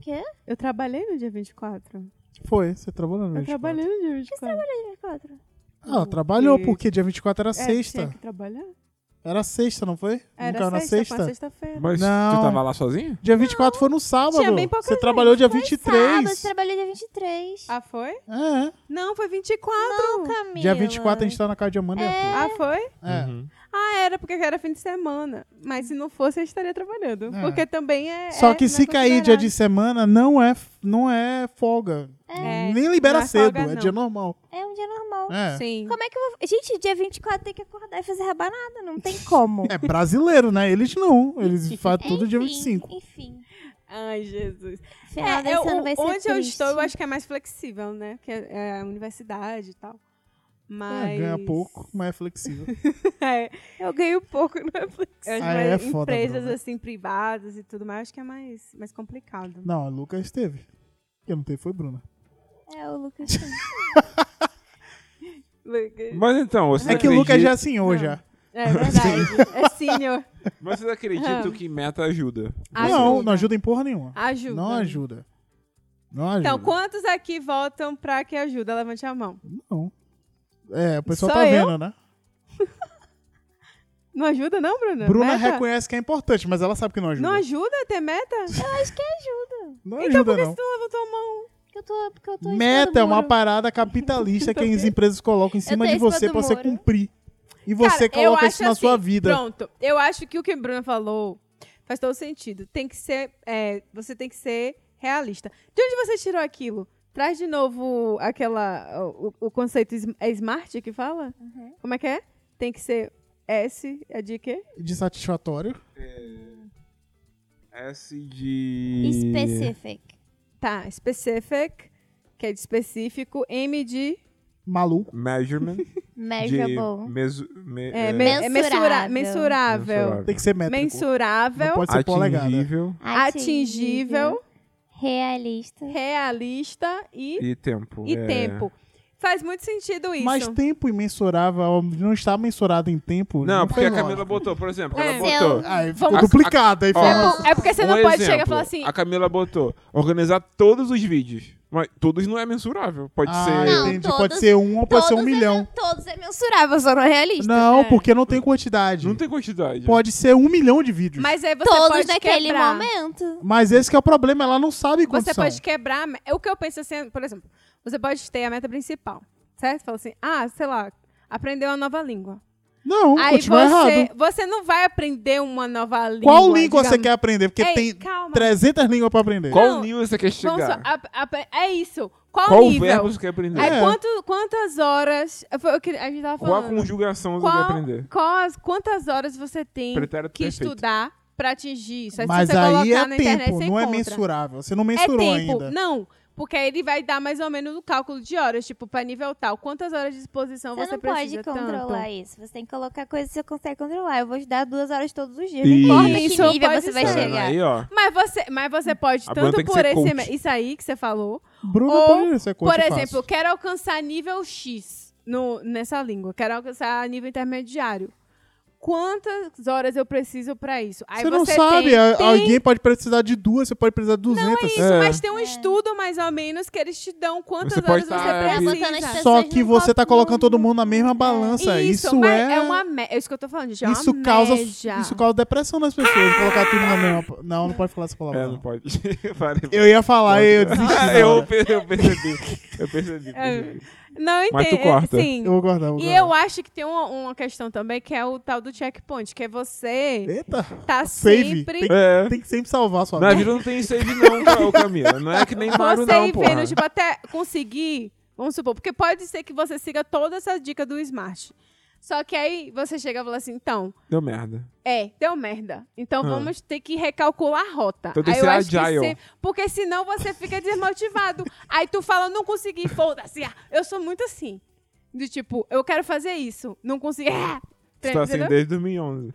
D: Quê?
A: Eu trabalhei no dia 24.
B: Foi, você trabalhou no
A: Eu
B: 24.
A: trabalhei no dia 24.
D: Dia 24.
B: Ah, ela trabalhou,
A: E-
B: porque dia 24 era
A: É,
B: sexta.
A: Tinha que trabalhar.
B: Era sexta, não foi?
A: Era sexta,
B: Nunca na sexta?
A: foi sexta-feira.
C: Mas
B: Não.
C: tu tava lá sozinho?
B: Dia 24 foi no sábado.
A: Tinha bem pouca
B: você trabalhou dia
D: Sábado, você
B: 23.
D: trabalhou dia 23.
A: Ah, foi?
B: É,
A: Não, foi 24.
D: não, Camila.
B: Dia 24 a gente tá na casa de Amanda. e Arthur.
A: Ah, foi?
B: É.
C: Uhum.
A: Ah, era porque era fim de semana. Mas se não fosse, eu estaria trabalhando.
B: É.
A: Porque também é.
B: Só
A: é-
B: que
A: não
B: se
A: é
B: cair dia
A: considerado.
B: de semana, não é, não é folga.
A: É.
B: Nem libera
A: Não é
B: cedo,
A: folga,
B: é
A: não.
B: dia normal.
D: É um dia normal.
B: É.
A: Sim.
D: Como é que eu vou. Gente, dia 24 tem que acordar e fazer rabanada. Não tem como.
B: É brasileiro, né? Eles não. Eles fazem É tudo dia
D: Enfim,
B: 25.
D: Enfim.
A: Ai, Jesus.
D: Final
A: É,
D: desse
A: eu-
D: ano vai ser
A: onde eu
D: triste.
A: estou, eu acho que é mais flexível, né? Que é, é a universidade e tal. Mas.
B: É, ganha pouco, mas é flexível.
A: É,
D: Eu ganho pouco, não é
A: eu acho
B: Ah,
A: mais
B: é foda,
A: né? empresas
B: Bruna.
A: assim, privadas e tudo mais, acho que é mais, mais complicado.
B: Não, a Lucas teve. Quem não teve foi Bruna.
D: É, o Lucas. tem.
A: Lucas.
C: Mas então, você
B: É que o Lucas já é senhor, já.
A: É verdade. é senior.
C: Mas vocês acreditam que meta ajuda?
B: Não,
A: Ajuda.
B: não ajuda em porra nenhuma.
A: Ajuda.
B: Não ajuda. Não ajuda.
A: Então, quantos aqui votam pra que ajuda? Levante a mão.
B: Não. É, o pessoal
A: Só
B: tá
A: eu?
B: vendo, né?
A: Não ajuda, não, Bruna?
B: Bruna
A: Meta?
B: reconhece que é importante, mas ela sabe que não ajuda.
A: Não ajuda a ter meta?
B: Não
A: então por
B: ajuda,
A: que
B: não.
A: você não levantou a mão?
D: Porque eu tô. Porque eu tô em cima do
B: Meta é uma
D: muro.
B: parada capitalista que as empresas colocam em cima
D: tô
B: de
D: em cima
B: você
D: do
B: pra você
D: muro.
B: cumprir. E
A: Cara,
B: você
A: eu
B: coloca isso
A: acho
B: na
A: assim,
B: sua vida.
A: Pronto, eu acho que o que a Bruna falou faz todo sentido. Tem que ser, é, você tem que ser realista. De onde você tirou aquilo? Traz de novo aquela o, o conceito is- é smart que fala? Como é que é? Tem que ser S, é de quê?
B: De satisfatório.
C: S de.
D: Specific.
A: Tá, specific, que é de específico, M de
B: Maluco.
C: Measurement.
D: É,
C: de
D: Measurable.
C: mesu... me-
A: é,
C: é,
A: me- é mensura-
D: Mensurável.
A: mensurável,
B: Tem que ser métrico. Não
A: mensurável,
B: pode ser polegada.
C: Atingível
A: atingível,
D: Realista.
A: realista e
C: e tempo.
A: e
C: é.
A: tempo. Faz muito sentido isso.
B: Mas tempo imensurável não está mensurado em tempo.
C: Não, porque a
B: tem
C: Camila
B: lógica.
C: botou, por exemplo,
A: É.
C: ela botou.
B: Aí ficou
C: Vamos-
B: duplicado. Aí
C: Ó,
B: foi-
C: Ó,
A: é porque você não
C: um
A: pode
C: exemplo,
A: chegar e falar assim.
C: A Camila botou organizar todos os vídeos. Mas todos não é mensurável. Pode
B: Ah,
C: ser.
D: Não,
B: entendi.
D: todos-
B: pode ser um ou pode ser um milhão.
D: todos é mensurável, só não é realista.
B: Não,
A: É.
B: porque não tem quantidade.
C: Não tem quantidade.
B: Pode ser um milhão de vídeos. Mas,
A: Mas aí você
D: todos
A: pode
D: naquele
A: quebrar.
D: momento.
B: esse que é o problema, ela não sabe quantos
A: Você
B: são.
A: pode quebrar. a me- O que eu penso assim, por exemplo, você pode ter a meta principal, certo? Fala assim, ah, sei lá, aprender uma nova língua.
B: Não,
A: aí
B: Hum, continua
A: você,
B: errado.
A: você não vai aprender uma nova língua.
B: Qual língua você
A: digamos.
B: quer aprender? Porque
A: Ei,
B: tem
A: calma.
B: 300 línguas pra aprender.
C: Qual
A: Não,
C: nível você quer
A: Vamos
C: chegar?
A: lá, a- a- é isso. Qual,
C: Qual o
A: nível?
C: verbo você quer aprender?
A: Aí
B: É.
A: quanto- quantas horas. Foi o que a gente tava
C: Qual a
A: falando.
C: conjugação você
A: Qual-
C: quer aprender?
A: qual as- quantas horas você tem
C: Pretérito
A: que
C: perfeito.
A: estudar pra atingir isso? Aí,
B: Mas
A: se você
B: aí
A: colocar
B: é
A: na internet,
B: tempo,
A: você
B: não é
A: encontra.
B: mensurável. Você não
A: É tempo.
B: mensurou ainda.
A: Não, porque aí ele vai dar mais ou menos o cálculo de horas, tipo, pra nível tal. Quantas horas de exposição
D: Então Você,
A: você,
D: não pode
A: precisa
D: controlar
A: tanto?
D: isso. Você tem que colocar coisas que você consegue controlar. Eu vou estudar duas horas todos os dias.
C: Isso.
D: Não importa em
A: Isso
D: que nível
A: pode
D: você
C: Tá
D: vai
A: ser.
C: vendo
D: chegar.
C: Aí, ó.
A: Mas você, mas você pode
C: A Bruna
A: tanto
C: tem que
A: por
C: ser
A: esse...
C: coach.
A: me- Isso aí que você falou.
B: Bruno
A: Ou,
B: pode ser coach
A: por
B: é fácil.
A: exemplo, eu quero alcançar nível X no, nessa língua. Quero alcançar nível intermediário. Quantas horas eu preciso pra isso? Aí
B: você não
A: você
B: sabe,
A: tem-
B: a-
A: tem
B: alguém pode precisar de duas, você pode precisar de 200.
A: isso,
C: É.
A: mas tem um estudo mais ou menos que eles te dão quantas
C: Você
A: horas
C: pode
A: você
C: tá, é,
D: botando as
A: precisa.
D: pessoas
B: Só que
D: num
B: você tá
D: copo
B: colocando todo
D: no-
B: mundo na mesma balança. Isso,
A: mas
B: é,
A: uma me- É isso que eu tô falando, gente. É
B: isso
A: uma
B: causa
A: média.
B: isso causa depressão nas pessoas, colocar tudo na mesma. Não, não pode falar essa palavra.
C: É,
B: não.
C: não pode. Parei.
B: Eu ia falar e eu desisti.
C: Ah,
B: na
C: eu,
B: hora.
C: pe- eu percebi. Eu percebi.
A: É.
C: percebi.
A: Não
C: Mas tu
A: entendo.
C: corta.
A: Sim.
B: Eu vou guardar. eu Vou
A: E
B: guardar.
A: eu acho que tem uma, uma questão também que é o tal do checkpoint, que é você
B: Eita,
A: tá
B: save.
A: sempre.
C: É.
B: tem que sempre salvar a sua
C: Na
B: vida.
C: vida não é tem save não, Ca- ô Camila. Não é que nem Mario
A: Você
C: não,
A: ir
C: porra.
A: vendo, tipo, até conseguir, vamos supor, porque pode ser que você siga toda essa dica do Smart. Só que aí você chega e fala assim, então,
C: Deu merda.
A: É, deu merda. Então
C: Ah.
A: vamos ter que recalcular a rota.
C: Então tem que
A: Aí eu
C: ser
A: acho que
C: agile.
A: se- porque senão você fica desmotivado. Aí tu fala, não consegui, foda-se. Ah, eu sou muito assim. De tipo, eu quero fazer isso. Não consegui. Ah,
C: Você tá assim
A: entendeu?
C: desde 2011.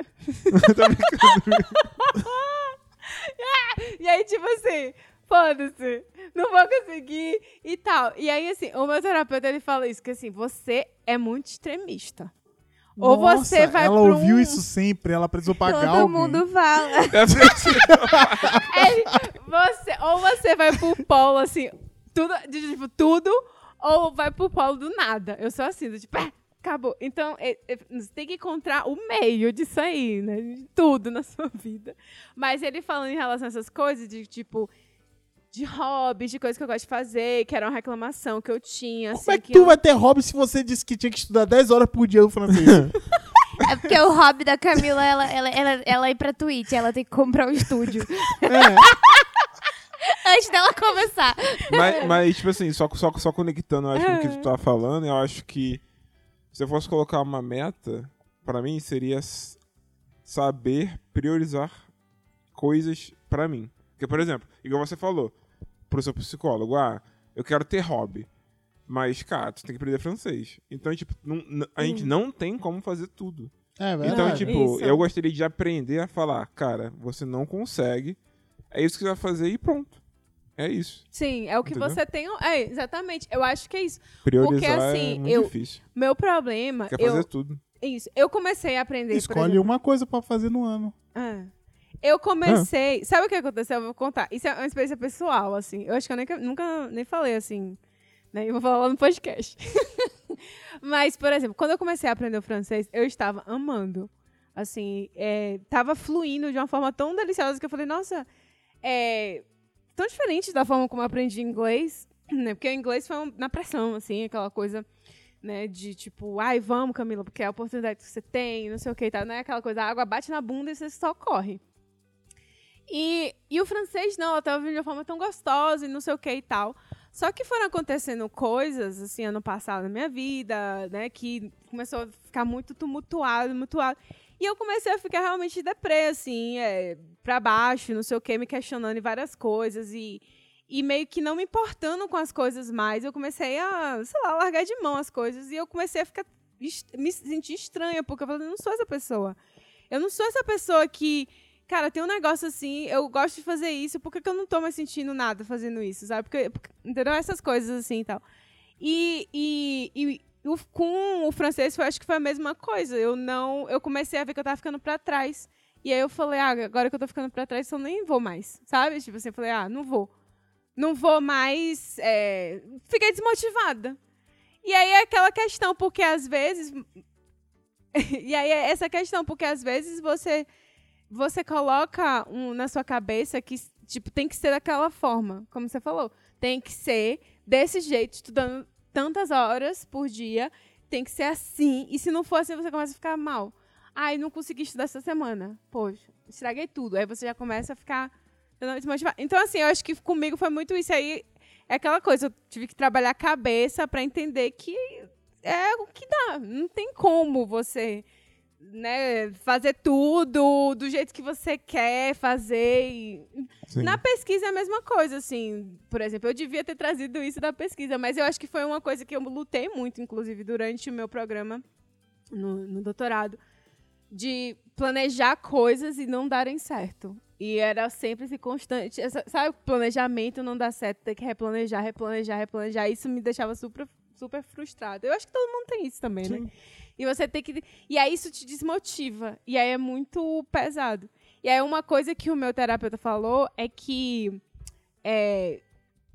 A: E aí, tipo assim, foda-se, não vou conseguir e tal. E aí, assim, o meu terapeuta, ele fala isso, que assim, você é muito extremista. Ou você
B: Nossa,
A: vai
B: Ela
A: pra
B: ouviu
A: um-
B: isso sempre, ela precisou pagar
D: Todo
B: alguém.
D: mundo fala.
A: Ele- você, ou você vai pro polo, assim, tudo, de- tipo, tudo, ou vai pro polo do nada. Eu sou assim, do tipo, "Ah, acabou. Então, é- é- você tem que encontrar o meio disso aí, né? De tudo na sua vida. Mas ele falando em relação a essas coisas, de tipo, de hobbies, de coisas que eu gosto de fazer, que era uma reclamação que eu tinha, assim,
B: Como é que
A: eu-
B: tu vai ter hobby se você disse que tinha que estudar 10 horas por dia no francês?
D: É porque o hobby da Camila, ela, ela, ela, ela ir pra Twitch, ela tem que comprar um estúdio.
B: É,
D: Antes dela começar.
B: É.
C: mas, mas, tipo assim, só, só, só conectando, eu acho, com o que tu tava falando, eu acho que se eu fosse colocar uma meta, pra mim seria s- saber priorizar coisas pra mim. Porque, por exemplo, igual você falou pro seu psicólogo, ah, eu quero ter hobby. Mas, cara, tu tem que aprender francês. Então, tipo, não- n- a gente não tem como fazer tudo.
B: É verdade.
C: Então, tipo,
A: Isso.
C: eu gostaria de aprender a falar, cara, você não consegue, é isso que você vai fazer e pronto. É isso.
A: Sim, é o que
C: Entendeu?
A: você tem. É, exatamente. Eu acho que é isso.
C: Priorizar é
A: assim,
C: muito
A: eu-
C: difícil.
A: Meu problema.
C: Quer
A: eu,
C: fazer tudo.
A: Isso. Eu comecei a aprender. por
B: Escolhe uma coisa pra fazer no ano.
A: Ah. Eu comecei. Sabe o que aconteceu? Eu vou contar. Isso é uma experiência pessoal, assim. Eu acho que eu nem- nunca nem falei assim. Né? Eu vou falar lá no podcast. Mas, por exemplo, quando eu comecei a aprender o francês, eu estava amando. Assim, é, tava fluindo de uma forma tão deliciosa que eu falei, nossa, é tão diferente da forma como eu aprendi inglês, né? Porque o inglês foi um- na pressão, assim, aquela coisa, né, de tipo, ai, vamos, Camila, porque é a oportunidade que você tem, não sei o que e tal, né? Aquela coisa, a água bate na bunda e você só corre. E, e o francês, não, ela tava vindo de uma forma tão gostosa e não sei o que e tal. Só que foram acontecendo coisas, assim, ano passado na minha vida, né, que começou a ficar muito tumultuado, tumultuado. E eu comecei a ficar realmente deprê, assim, é, pra baixo, não sei o que, me questionando em várias coisas e, e meio que não me importando com as coisas mais. Eu comecei a, sei lá, largar de mão as coisas e eu comecei a ficar, est- me sentir estranha, porque eu falei, eu não sou essa pessoa. Eu não sou essa pessoa que, cara, tem um negócio assim, eu gosto de fazer isso, por que, que eu não tô mais sentindo nada fazendo isso, sabe? Porque, porque- entendeu? Essas coisas assim e tal. E, e, e o- com o francês, eu acho que foi a mesma coisa. Eu não, eu comecei a ver que eu tava ficando pra trás. E aí eu falei, ah, agora que eu tô ficando pra trás, eu nem vou mais, sabe? Tipo assim, eu falei, ah, não vou. Não vou mais. é, Fiquei desmotivada. E aí é aquela questão, porque às vezes. e aí é essa questão, porque às vezes você você coloca um, na sua cabeça que tipo tem que ser daquela forma, como você falou, tem que ser desse jeito, estudando tantas horas por dia, tem que ser assim. E se não for assim, você começa a ficar mal. Ai, não consegui estudar essa semana. Poxa, estraguei tudo. Aí você já começa a ficar tentando desmotivar. Então, assim, eu acho que comigo foi muito isso aí. é aquela coisa, eu tive que trabalhar a cabeça pra entender que é o que dá. Não tem como você né, fazer tudo do jeito que você quer fazer. e-
C: Sim.
A: Na pesquisa é a mesma coisa, assim. Por exemplo, eu devia ter trazido isso da pesquisa, mas eu acho que foi uma coisa que eu lutei muito, inclusive, durante o meu programa no, no doutorado, de planejar coisas e não darem certo. E era sempre esse constante. essa- sabe, planejamento não dá certo, tem que replanejar, replanejar, replanejar. Isso me deixava super, super frustrada. Eu acho que todo mundo tem isso também, né? E você tem que. E aí isso te desmotiva. E aí é muito pesado. E aí uma coisa que o meu terapeuta falou é que é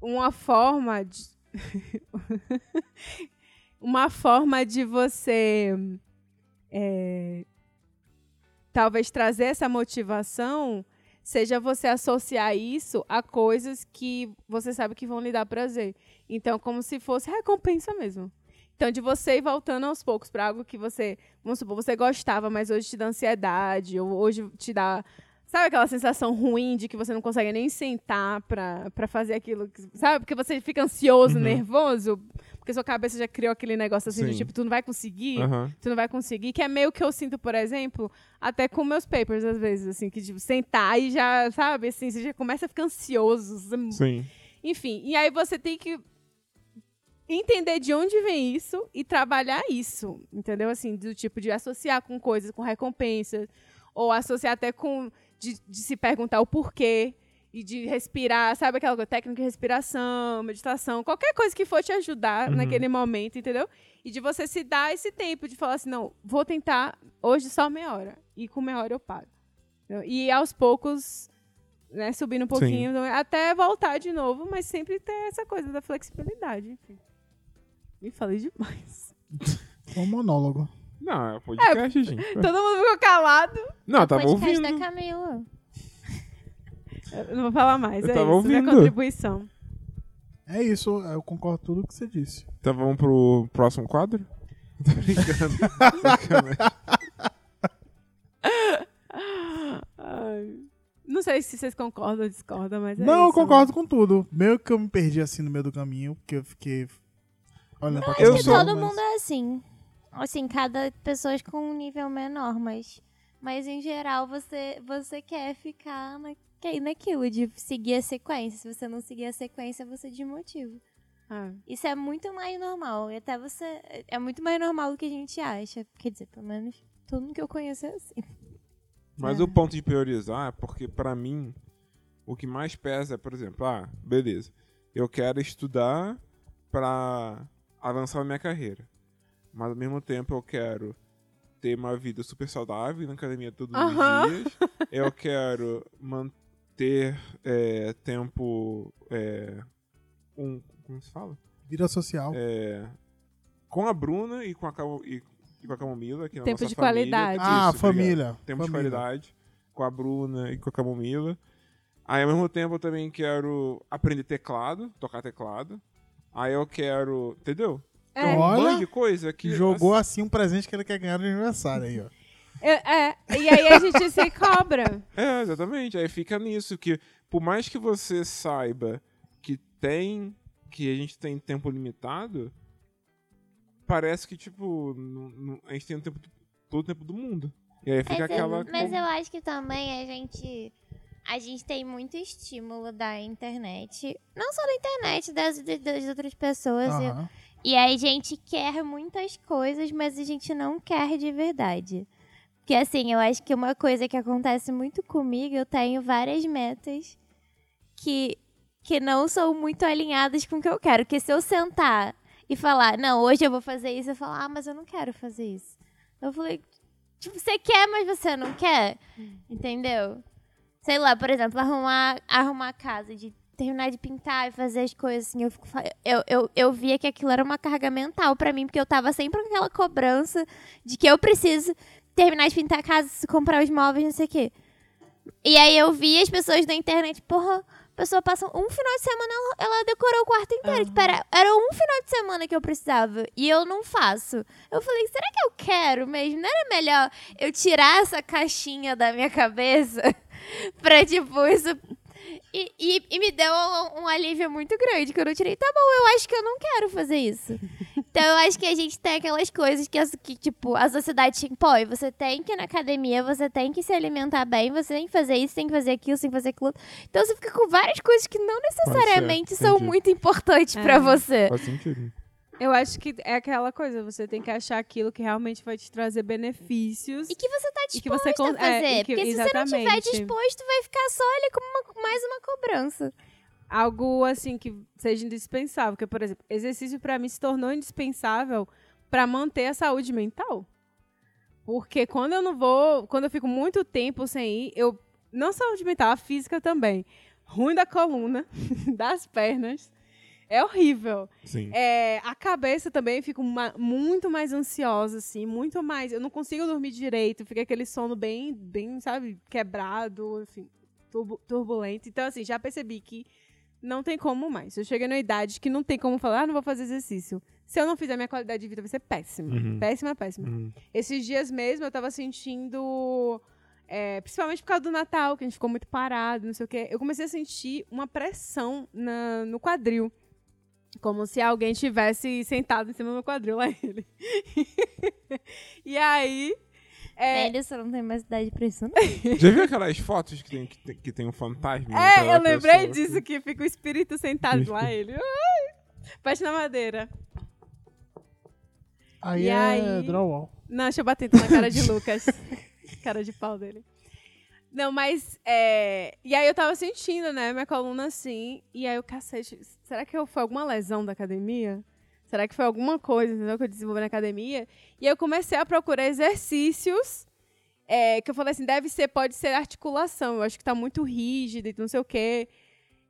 A: uma forma de. uma forma de você. é, talvez trazer essa motivação seja você associar isso a coisas que você sabe que vão lhe dar prazer. Então, como se fosse recompensa mesmo. Então, de você ir voltando aos poucos para algo que você, vamos supor, você gostava, mas hoje te dá ansiedade, ou hoje te dá. Sabe aquela sensação ruim de que você não consegue nem sentar pra, pra fazer aquilo? que- sabe? Porque você fica ansioso,
C: Uhum.
A: nervoso, porque sua cabeça já criou aquele negócio assim, de
C: Sim.
A: tipo, tu não vai conseguir
C: Aham.
A: tu não vai conseguir, que é meio que eu sinto, por exemplo, até com meus papers, às vezes, assim, que tipo, sentar e já, sabe, assim, você já começa a ficar ansioso. você-
C: Sim.
A: Enfim, e aí você tem que entender de onde vem isso e trabalhar isso, entendeu? Assim, do tipo de associar com coisas, com recompensas, ou associar até com. de, de se perguntar o porquê. E de respirar, sabe aquela coisa? técnica de respiração, meditação, qualquer coisa que for te ajudar
C: Uhum.
A: naquele momento, entendeu? E de você se dar esse tempo de falar assim, não, vou tentar hoje só meia hora. E com meia hora eu paro. Entendeu? E aos poucos, né, subindo um pouquinho, até voltar de novo, mas sempre ter essa coisa da flexibilidade, enfim. Me falei demais.
B: É um monólogo.
C: Não, é o podcast, gente.
A: Todo mundo ficou calado.
C: Não, eu tava
D: Podcast
C: ouvindo.
D: da Camila.
A: Eu não vou falar mais,
C: Eu
A: é isso.
C: tava
A: Minha
C: ouvindo.
A: contribuição.
B: É isso, eu concordo com tudo que você disse.
C: Então vamos pro próximo quadro? Tô brincando. Sacanagem.
A: Ai. Não sei se vocês concordam ou discordam, mas é
B: não, eu
A: isso.
B: concordo com tudo. Meio que eu me perdi assim no meio do caminho, porque eu fiquei olhando pra
C: Eu
D: Acho que
C: sou-
D: todo
B: mas-
D: mundo é assim. Assim, cada pessoa com um nível menor, mas... Mas, em geral, você, você quer ficar na, cair naquilo de seguir a sequência. Se você não seguir a sequência, você desmotiva.
A: Ah,
D: Isso é muito mais normal. E até você. É muito mais normal do que a gente acha. Quer dizer, pelo menos todo mundo que eu conheço é assim.
C: Mas
A: É.
C: o ponto de priorizar é porque, pra mim, o que mais pesa é, por exemplo, ah, beleza, eu quero estudar pra avançar na minha carreira. Mas ao mesmo tempo eu quero ter uma vida super saudável, ir na academia todos
A: Aham.
C: os dias. Eu quero manter é, tempo. É, um. Como se fala?
B: Vida social.
C: É, com a Bruna e com a, Camo- e, e com a Camomila. Que é a
A: Tempo
C: nossa
A: de
C: família.
A: qualidade.
B: ah,
C: Isso, obrigado
B: família.
C: tempo de
B: família.
C: qualidade com a Bruna e com a Camomila. Aí, ao mesmo tempo, eu também quero aprender teclado, tocar teclado. Aí eu quero. Entendeu?
A: É,
B: Ó. Olha,
C: um monte de coisa que.
B: Jogou assim um presente que ele quer ganhar de aniversário aí, ó.
A: eu- é, e aí a gente se cobra.
C: É, exatamente. Aí fica nisso, que por mais que você saiba que tem. que a gente tem tempo limitado, parece que, tipo, não- não- a gente tem o tempo, todo o tempo do mundo. E aí fica
D: mas,
C: aquela.
D: eu, mas eu acho que também a gente. A gente tem muito estímulo da internet. Não só da internet, das, das outras pessoas. E-
B: Aham.
D: E aí a gente quer muitas coisas, mas a gente não quer de verdade. Porque assim, eu acho que uma coisa que acontece muito comigo, eu tenho várias metas que, que não são muito alinhadas com o que eu quero. Porque se eu sentar e falar, não, hoje eu vou fazer isso, eu falo, ah, mas eu não quero fazer isso. Eu falei, tipo, você quer, mas você não quer. Entendeu? Sei lá, por exemplo, arrumar, arrumar a casa, de terminar de pintar e fazer as coisas, assim, eu, fico, fa- eu, eu, eu via que aquilo era uma carga mental pra mim, porque eu tava sempre com aquela cobrança de que eu preciso terminar de pintar a casa, comprar os móveis, não sei o quê. E aí eu via as pessoas na internet, porra, a pessoa passa um final de semana, ela, ela decorou o quarto inteiro. Tipo, era, era um final de semana que eu precisava, e eu não faço. Eu falei, será que eu quero mesmo? Não era melhor eu tirar essa caixinha da minha cabeça pra, tipo, isso E, e- e me deu um, um alívio muito grande, que eu não tirei. Tá bom, eu acho que eu não quero fazer isso. então eu acho que a gente tem aquelas coisas que, as- que, tipo, a sociedade te impõe. Você tem que ir na academia, você tem que se alimentar bem, você tem que fazer isso, tem que fazer aquilo, tem que fazer aquilo. Então você fica com várias coisas que não necessariamente são
C: entendi.
D: muito importantes
A: É.
D: pra você.
C: Faz sentido.
A: Eu acho que é aquela coisa, você tem que achar aquilo que realmente vai te trazer benefícios.
D: E que você tá
A: E que
D: disposto
A: você
D: a
A: con- é,
D: fazer.
A: e que-
D: porque se você não tiver
A: exatamente.
D: disposto, vai ficar só ali como uma- mais uma cobrança.
A: Algo assim que seja indispensável. Porque, por exemplo, exercício pra mim se tornou indispensável pra manter a saúde mental. Porque quando eu não vou, quando eu fico muito tempo sem ir, eu. Não saúde mental, a física também. Ruim da coluna, das pernas. É horrível.
C: Sim.
A: É, a cabeça também eu fico ma- muito mais ansiosa, assim, muito mais. Eu não consigo dormir direito, fica aquele sono bem, bem, sabe, quebrado, enfim, turbu- turbulento. Então, assim, já percebi que não tem como mais. Eu cheguei numa idade que não tem como falar, ah, não vou fazer exercício. Se eu não fizer, minha qualidade de vida vai ser péssima.
C: Uhum.
A: Péssima, péssima.
C: Hum.
A: Esses dias mesmo eu tava sentindo. é, principalmente por causa do Natal, que a gente ficou muito parado, não sei o quê. Eu comecei a sentir uma pressão na- no quadril. Como se alguém tivesse sentado em cima do meu quadril lá ele. e aí. é,
D: Velho, você não tem mais idade pra isso, né? não.
C: Já viu aquelas fotos que tem, que tem, que tem um fantasma?
A: É,
C: naquela
A: eu lembrei
C: pessoa?
A: disso, que fica o espírito sentado lá, ele. Ai, bate na madeira.
B: Aí
A: E
B: é
A: aí?
B: drywall.
A: Não, deixa eu bater então na cara de Lucas. cara de pau dele. Não, mas. é, E aí eu tava sentindo, né? Minha coluna assim. E aí eu, cacete, será que eu- foi alguma lesão da academia? Será que foi alguma coisa, entendeu? Que eu desenvolvi na academia? E aí eu comecei a procurar exercícios. é, que eu falei assim, deve ser, pode ser articulação. Eu acho que tá muito rígida e não sei o quê.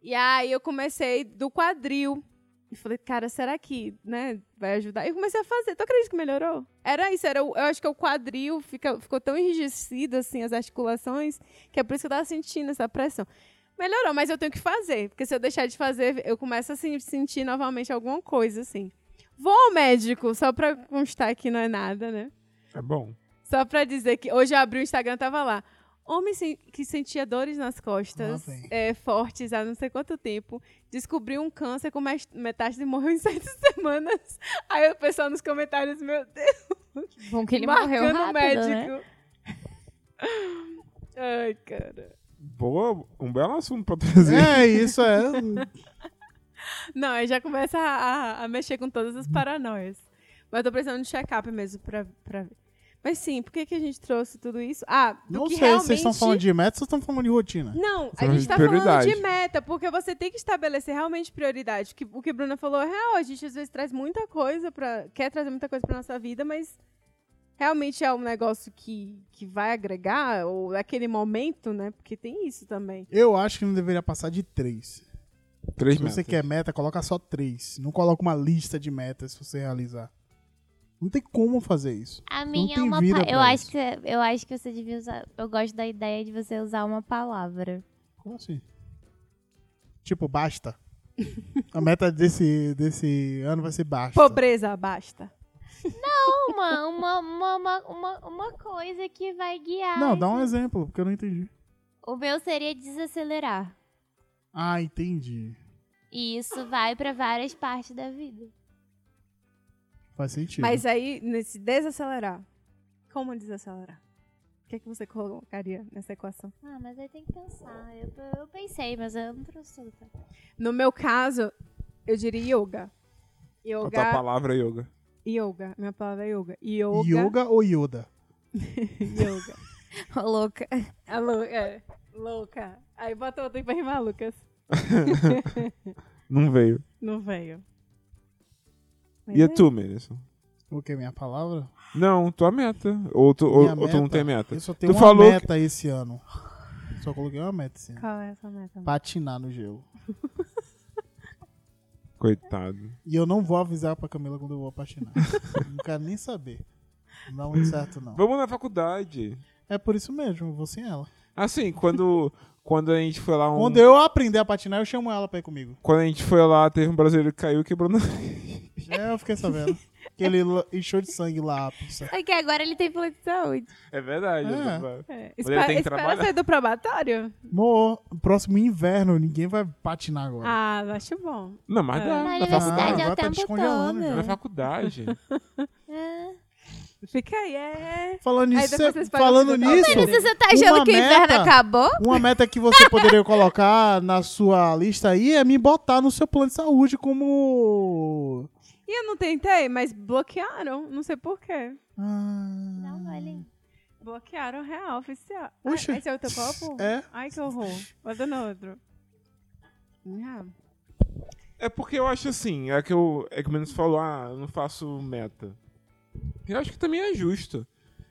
A: E aí eu comecei do quadril. E falei, cara, será que, né, vai ajudar? E eu comecei a fazer. Tu acredita que melhorou? Era isso, era, o- eu acho que é o quadril fica, ficou tão enrijecido, assim, as articulações, que é por isso que eu tava sentindo essa pressão. Melhorou, mas eu tenho que fazer, porque se eu deixar de fazer, eu começo a sen- sentir novamente alguma coisa, assim. Vou ao médico, só pra constar que não é nada, né?
C: É bom.
A: Só pra dizer que hoje eu abri o Instagram, tava lá. Homem sem- que sentia dores nas costas
B: Lá vem.
A: é, fortes há não sei quanto tempo, descobriu um câncer com mes- metástase e morreu em sete semanas. Aí o pessoal nos comentários, meu Deus,
D: Bom que ele morreu
A: marcando o
D: rápido, né?
A: médico. Ai, cara.
C: Boa, um belo assunto pra trazer.
B: É, isso é.
A: Não, aí já começa a, a- a mexer com todas as paranoias. Mas eu tô precisando de check-up mesmo pra, pra ver. Mas sim, por que, que a gente trouxe tudo isso? Ah, do
B: Não
A: que
B: sei,
A: realmente...
B: vocês estão falando de meta, vocês estão falando de rotina.
A: Não, a
C: São
A: gente
C: as
A: tá falando de
C: prioridades.
A: meta, porque você tem que estabelecer realmente prioridade. Que- o que a Bruna falou é real, a gente às vezes traz muita coisa para quer trazer muita coisa pra nossa vida, mas realmente é um negócio que, que vai agregar, ou naquele momento, né? Porque tem isso também.
B: Eu acho que não deveria passar de três.
C: Três
B: É. Se você
C: metas.
B: quer meta, coloca só três. Não coloca uma lista de metas se você realizar. Não tem como fazer isso.
D: A minha é
B: tem
D: uma
B: vida
D: pa-
B: pra
D: eu acho
B: isso.
D: que é, Eu acho que você devia usar. Eu gosto da ideia de você usar uma palavra.
B: Como assim? Tipo, basta. A meta desse, desse ano vai ser basta.
A: Pobreza, basta.
D: Uma, uma, uma, uma, uma, uma coisa que vai guiar.
B: Não, dá um exemplo, porque eu não entendi.
D: O meu seria desacelerar.
B: Ah, entendi.
D: E isso vai pra várias partes da vida.
B: Faz sentido.
A: Mas aí, nesse desacelerar, como desacelerar? O que, é que você colocaria nessa equação?
D: Ah, mas aí tem que pensar. Eu, eu pensei, mas eu não trouxe. outra.
A: No meu caso, eu diria yoga. Yoga.
C: A tua palavra é yoga.
A: Yoga. Minha palavra é yoga.
B: Yoga. ou Yoda?
A: Yoga.
D: Ô, louca.
A: A lou- é, louca. Aí bota outra aí pra rimar, Lucas.
C: Não veio.
A: Não veio. Mas
C: E
A: é.
C: a tu, Melissa?
B: O que é minha palavra?
C: Não, tua meta. Ou tu, ou,
B: Minha
C: ou tu não
B: meta?
C: tem meta.
B: Eu só tenho
C: tu
B: uma
C: falou
B: meta esse ano. Só coloquei uma meta esse ano.
A: Qual é a sua meta?
B: Patinar no gelo.
C: que- Coitado.
B: E eu não vou avisar pra Camila quando eu vou patinar. não quero nem saber. Não dá muito certo, não.
C: Vamos na faculdade.
B: É por isso mesmo, eu vou sem ela.
C: Assim, quando, quando a gente foi lá um...
B: Quando eu aprender a patinar, eu chamo ela pra ir comigo.
C: Quando a gente foi lá, teve um brasileiro que caiu e quebrou na...
B: É, eu fiquei sabendo. Que ele la- encheu de sangue lá a pizza.
D: Ok, agora ele tem plano de saúde.
C: É verdade.
B: É.
C: Eduardo.
A: É.
C: Mas ele tem
A: Espera,
C: que
A: espera
C: trabalhar.
A: sair do probatório?
B: No próximo inverno, ninguém vai patinar agora.
A: Ah, eu acho bom.
C: Não, mas dá.
D: Na
C: Na
D: universidade
C: faculdade.
B: Ah,
D: é o
B: agora tá
D: tempo
B: descongelando
A: né?
C: Na
D: todo.
C: faculdade.
D: É.
A: Fica aí, é.
B: Falando
A: Aí
B: nisso,
A: depois
B: cê-
A: vocês pagam
B: falando
A: tudo. Não,
B: nisso,
A: mas
D: Você tá achando
B: Uma
D: que o inverno
B: meta.
D: acabou?
B: uma meta que você poderia colocar na sua lista aí é me botar no seu plano de saúde como.
A: E eu não tentei, mas bloquearam. Não sei porquê.
B: Ah,
D: Não, olha.
A: Bloquearam real, oficial.
B: Puxa.
A: Ai, esse é o teu copo?
B: É.
A: Ai, que horror. Bota no outro. Ah,
C: É porque eu acho assim, é que eu, é que o Menos falou, ah, eu não faço meta. Eu acho que também é justo.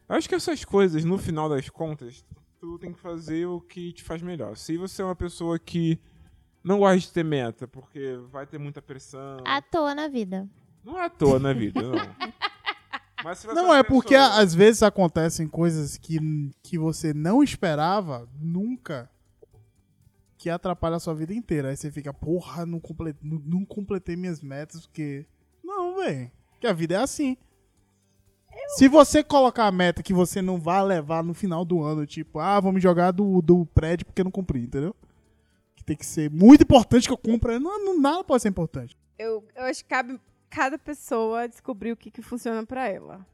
C: Eu acho que essas coisas, no final das contas, tu tem que fazer o que te faz melhor. Se você é uma pessoa que não gosta de ter meta, porque vai ter muita pressão.
D: À toa na vida.
C: Não é à toa na vida, não. Mas se você
B: Não,
C: uma
B: é porque
C: pessoa-
B: às vezes acontecem coisas que, que você não esperava nunca que atrapalha a sua vida inteira. Aí você fica, porra, não, comple- não- não completei minhas metas porque. Não, velho. Que a vida é assim. Se você colocar a meta que você não vai levar no final do ano, tipo, ah, vou me jogar do, do prédio porque não cumpri, entendeu? Que tem que ser muito importante que eu cumpra. Não, não, nada pode ser importante.
A: eu, eu acho que cabe cada pessoa descobrir o que, que funciona pra ela.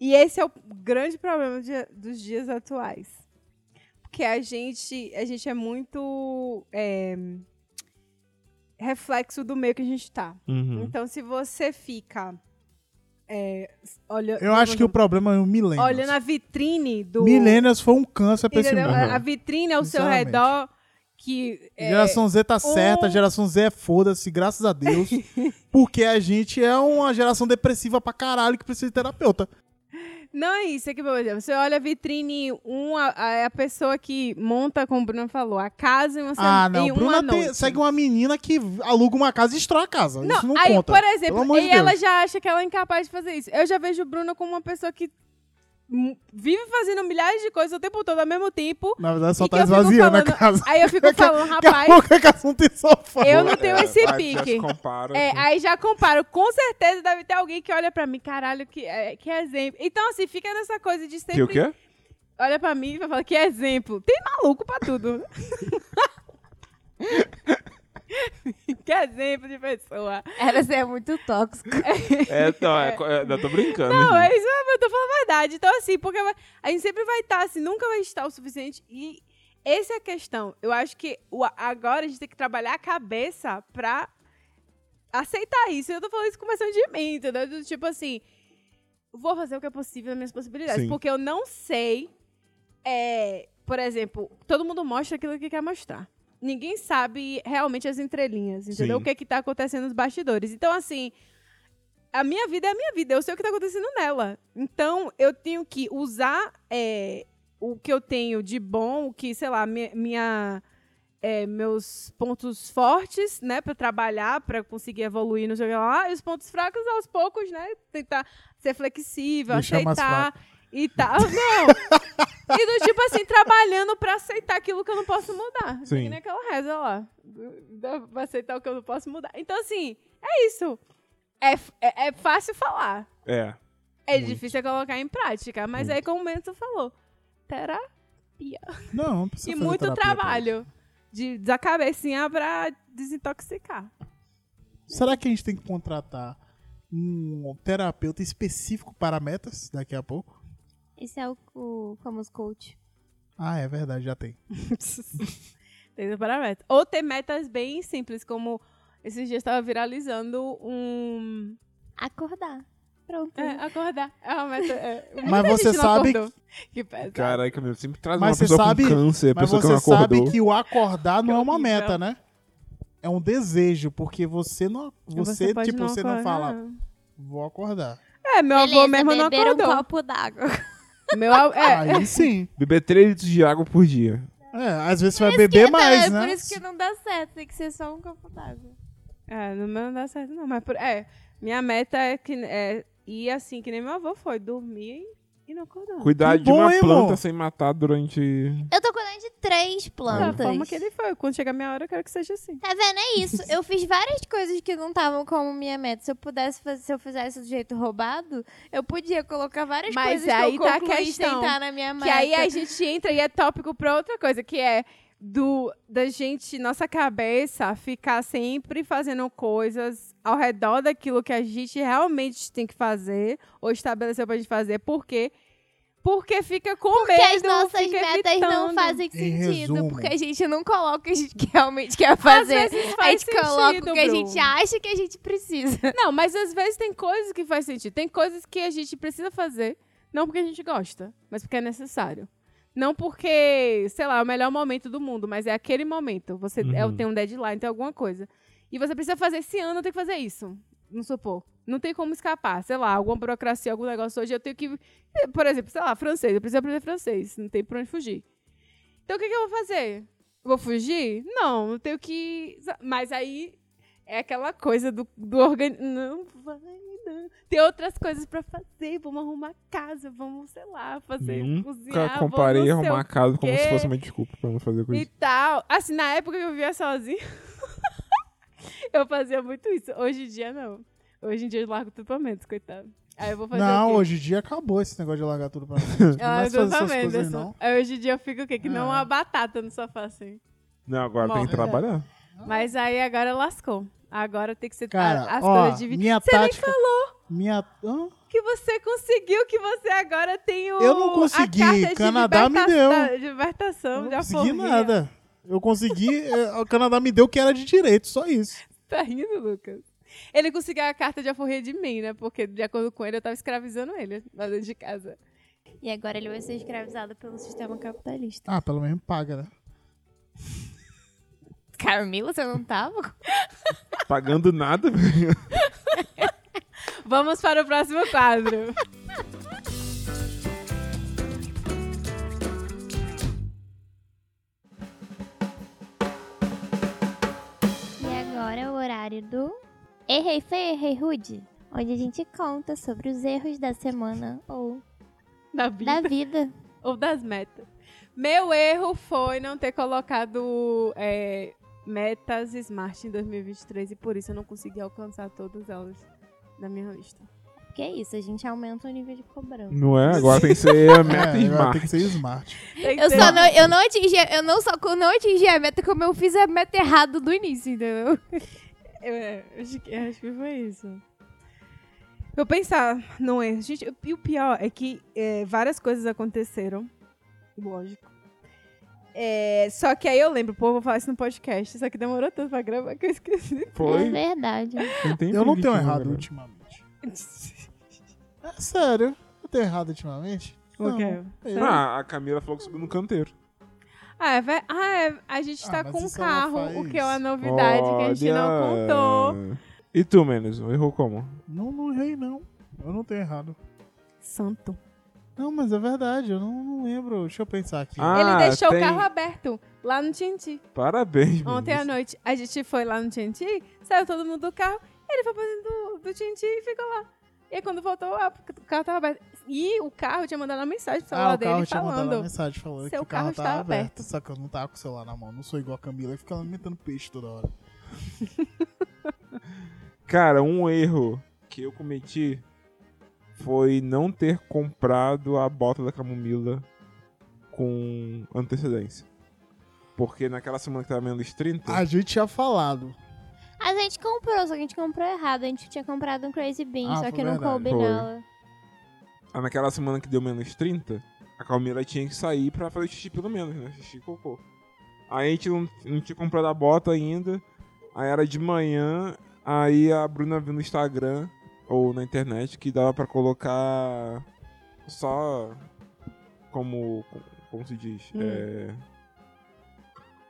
A: E esse é o grande problema de- dos dias atuais. Porque a gente, a gente é muito é, reflexo do meio que a gente tá.
C: Uhum.
A: Então, se você fica. É, olha,
B: Eu acho que o problema é o milênio.
A: Olha na vitrine do.
B: Millennials foi um câncer pra esse
A: entendeu? É,
B: mundo.
A: A a vitrine ao seu
B: Sinceramente.
A: redor que. é,
B: Geração Z tá certa,
A: um-
B: geração Z é foda-se, graças a Deus. porque a gente é uma geração depressiva pra caralho que precisa de terapeuta.
A: Não é isso, é que, por exemplo, você olha a vitrine 1, a, é a- a pessoa que monta, como o Bruno falou, a casa em uma,
B: ah,
A: sem-
B: não.
A: em
B: Bruna
A: uma
B: tem-
A: noite.
B: segue uma menina que aluga uma casa e destrói a casa. Isso não
A: aí,
B: conta.
A: por
B: Pelo amor
A: exemplo,
B: de
A: e ela
B: Deus.
A: já acha que ela é incapaz de fazer isso. Eu já vejo o Bruno como uma pessoa que hum, vive fazendo milhares de coisas o tempo todo ao mesmo tempo.
B: Na verdade, só
A: E
B: tá
A: que eu fico
B: esvaziando a
A: falando-
B: casa.
A: Aí eu fico falando,
B: Daqui a
A: rapaz,
B: pouco é a casa não tem sofá.
A: eu não tenho
C: É,
A: esse
C: vai, já se
A: pique.
C: compara,
A: É,
C: assim.
A: aí já comparo. Com certeza deve ter alguém que olha pra mim, caralho, que, é, que exemplo. Então, assim, fica nessa coisa de sempre
C: Que o quê?
A: olha pra mim e vai falar, que exemplo. Tem maluco pra tudo. que exemplo de pessoa.
D: Era ser muito tóxico.
C: É, não, é, co- é, não, eu tô brincando.
A: Não,
C: gente.
A: é isso, eu tô falando a verdade. Então, assim, porque vai- a gente sempre vai estar, assim, nunca vai estar o suficiente. E essa é a questão. Eu acho que o- agora a gente tem que trabalhar a cabeça pra aceitar isso. Eu tô falando isso começando de mim, entendeu? Do Tipo assim, vou fazer o que é possível nas minhas possibilidades.
C: Sim.
A: Porque eu não sei. é, por exemplo, todo mundo mostra aquilo que quer mostrar. Ninguém sabe realmente as entrelinhas, entendeu?
C: Sim.
A: O que é que tá acontecendo nos bastidores. Então, assim, a minha vida é a minha vida, eu sei o que tá acontecendo nela. Então, eu tenho que usar é, o que eu tenho de bom, o que, sei lá, mi- minha, é, meus pontos fortes, né, para trabalhar, para conseguir evoluir no jogo lá, e os pontos fracos aos poucos, né, tentar ser flexível,
B: Deixar mais
A: aceitar e tal. Não. e do tipo assim, trabalhando para aceitar aquilo que eu não posso mudar.
C: Sim.
A: Que nem aquela reza lá. Pra aceitar o que eu não posso mudar. Então, assim, é isso. É, f- é, é fácil falar.
C: É.
A: É
C: Muito.
A: difícil é colocar em prática. Mas aí, como o Mento falou, terá
B: Não, não precisa
A: e
B: fazer
A: muito
B: terapia pra isso.
A: trabalho. De, da cabecinha pra desintoxicar.
B: Será que a gente tem que contratar um terapeuta específico para metas daqui a pouco?
D: Esse é o, o famoso coach.
B: Ah, é verdade, já tem.
A: Tem para meta. Ou ter metas bem simples, como esses dias estava viralizando um.
D: Acordar. Pronto.
A: É, acordar. É uma meta. é, muita
B: Mas você
A: gente não
B: sabe
A: acordou. Que pesa.
C: Caralho, Camilo, sempre traz
B: Mas
C: uma
B: você
C: pessoa
B: sabe-
C: com câncer,
B: Mas
C: pessoa que não
B: você
C: acordou.
B: sabe que o acordar não
A: Que
B: é uma
A: horrível.
B: meta, né? É um desejo, porque você não. Você,
A: pode
B: tipo, você não
A: acordar.
B: fala, vou acordar.
A: É, meu avô mesmo não
D: beber um
A: acordou.
D: copo d'água.
A: Meu avô. É,
B: Aí sim.
C: Beber 3 litros de água por dia.
B: É, às vezes você vai beber mais,
D: é
B: né?
D: por isso que não dá certo. Tem que ser só um copo d'água.
A: é, no meu não dá certo, não. Mas por- é, minha meta é que. É, e assim, que nem meu avô foi, dormir e não acordar.
C: Cuidar
B: Que
C: de uma
B: bom, hein,
C: planta
B: irmão?
C: sem matar durante.
D: Hum. Eu tô cuidando de três
A: Da
D: plantas.
A: forma que ele foi. Quando chegar minha hora, eu quero que seja assim.
D: Tá vendo? É isso. Eu fiz várias coisas que não estavam como minha meta. Se eu pudesse fazer, se eu fizesse do jeito roubado, eu podia colocar várias
A: Mas
D: coisas
A: aí
D: que eu
A: tá a
D: concluí
A: questão,
D: sem tá na minha meta.
A: Que aí a gente entra e é tópico pra outra coisa, que é do da gente, nossa cabeça ficar sempre fazendo coisas ao redor daquilo que a gente realmente tem que fazer ou estabeleceu pra gente fazer, porque porque fica com
D: Porque
A: medo,
D: as nossas
A: fica
D: metas não
A: evitando.
D: fazem
B: Em
D: sentido,
B: resumo.
D: porque a gente não coloca o que realmente quer
A: Às
D: fazer.
A: vezes
D: a
A: faz
D: gente coloca
A: sentido,
D: o que a
A: Bru.
D: gente acha que a gente precisa.
A: Não, mas às vezes tem coisas que faz sentido. Tem coisas que a gente precisa fazer, não porque a gente gosta, mas porque é necessário. Não porque, sei lá, é o melhor momento do mundo, mas é aquele momento. Você é-
C: Uhum.
A: tem um deadline, tem alguma coisa. E você precisa fazer esse ano, eu tenho que fazer isso. Não supor. Não tem como escapar. Sei lá, alguma burocracia, algum negócio hoje, eu tenho que. Por exemplo, sei lá, francês. Eu preciso aprender francês. Não tem pra onde fugir. Então o que, que eu vou fazer? Vou fugir? Não, eu tenho que. Mas aí é aquela coisa do, do organ... Não vai, não. Tem outras coisas pra fazer. Vamos arrumar casa, vamos, sei lá, fazer. cozinhar,
C: Nunca
A: vamos
C: comparei
A: não sei
C: arrumar a casa como se
A: quê.
C: fosse uma desculpa pra não fazer
A: o-
C: coisa.
A: E tal. Assim, na época que eu vivia sozinha, eu fazia muito isso. Hoje em dia, não. Hoje em dia eu largo tudo pra menos, coitado. Aí eu vou fazer. o
B: Não,
A: quê?
B: hoje em dia acabou esse negócio de largar tudo pra mim. Não
A: Ah,
B: mais fazer essas
A: exatamente,
B: coisas,
A: eu sou-
B: não.
A: Aí hoje em dia eu fico o quê? Que não
B: É.
A: uma batata no sofá, assim.
C: Não, agora tem
A: Morta.
C: que trabalhar.
A: Mas aí agora lascou. Agora tem que ser a-
B: Cara,
A: as
B: ó,
A: coisas divididas.
B: minha
A: Você nem Então
B: tática... Minha... Hã?
A: que você conseguiu, que você agora tem o.
B: Eu não consegui,
A: a carta de
B: Canadá me
A: liberta-
B: deu.
A: da- de libertação,
B: Eu não
A: da
B: consegui
A: forrinha.
B: nada. Eu consegui... eh, o Canadá me deu o que era de direito, só isso.
A: Tá rindo, Lucas? Ele conseguiu a carta de alforria de mim, né? Porque, de acordo com ele, eu tava escravizando ele lá dentro de casa.
D: E agora ele vai ser escravizado pelo sistema capitalista.
B: Ah, pelo menos paga, né?
D: Carmila, você não tava?
C: Pagando nada.
A: Vamos para o próximo quadro.
D: E agora é o horário do Errei Feio, Errei Rude, onde a gente conta sobre os erros da semana ou
A: da vida.
D: da vida.
A: Ou das metas. Meu erro foi não ter colocado é, metas Smart em 2023 e por isso eu não consegui alcançar todas elas na minha lista.
D: Porque é isso, a gente aumenta o nível de cobrança.
C: Não é? Agora tem que ser a meta
B: É, agora
C: smart.
B: tem que ser smart.
A: Tem que
D: Eu
A: ser-
D: só não, eu não atingi, eu não só co- não atingi a meta como eu fiz a meta errada do início, entendeu?
A: Eu, é, eu acho, que, eu acho que foi isso. Eu pensar, não é. Gente, o- e o pior é que é, várias coisas aconteceram. Lógico. É, só que aí eu lembro, pô, eu vou falar isso no podcast. Só que demorou tanto pra gravar que eu esqueci.
D: É
C: Foi.
D: verdade.
C: Tem tempo
B: Eu não
C: que
B: tenho
C: tinha,
B: errado
C: né?
B: ultimamente. É sério, eu tenho errado ultimamente? Não.
A: Ok.
B: Eu-
C: Ah, a Camila falou que subiu no canteiro.
A: Ah, é, ve- ah, é, a gente
B: Ah,
A: tá
B: mas
A: com um
B: isso ela
A: carro,
B: faz.
A: o que é uma novidade que a gente não contou.
C: Olha. E tu, Menos? Errou como?
B: Não, não errei, não. Eu não tenho errado.
A: Santo.
B: Não, mas é verdade, eu não, não lembro. Deixa eu pensar aqui.
C: Ah,
A: Ele deixou
C: tem-
A: o carro aberto lá no Tinti.
C: Parabéns,
A: Ontem à
C: meninas.
A: noite a gente foi lá no Tinti, saiu todo mundo do carro, ele foi pra dentro do, do Tinti e ficou lá. E aí, quando voltou, ah, o carro tava aberto. E o carro tinha mandado uma mensagem pro celular
B: Ah, o carro
A: dele tá
B: tinha mandado uma
A: falando.
B: mensagem
A: Seu
B: falando que o carro,
A: carro
B: tá
A: está
B: aberto.
A: aberto.
B: Só que eu não tava com o celular na mão, não sou igual a Camila e fica alimentando peixe toda hora.
C: Cara, um erro que eu cometi foi não ter comprado a bota da camomila com antecedência. Porque naquela semana que tava menos 30,
B: A gente tinha falado.
D: A gente comprou, só que a gente comprou errado. A gente tinha comprado um Crazy Bean,
B: Ah,
D: só
B: foi
D: que não
B: verdade.
D: coube
C: Foi.
D: nela.
C: ah, naquela semana que deu menos 30, a Camila tinha que sair pra fazer xixi pelo menos, né? Xixi e cocô. Aí a gente não, não tinha comprado a bota ainda, aí era de manhã, aí a Bruna viu no Instagram ou na internet que dava pra colocar só como. como se diz?
A: Hum.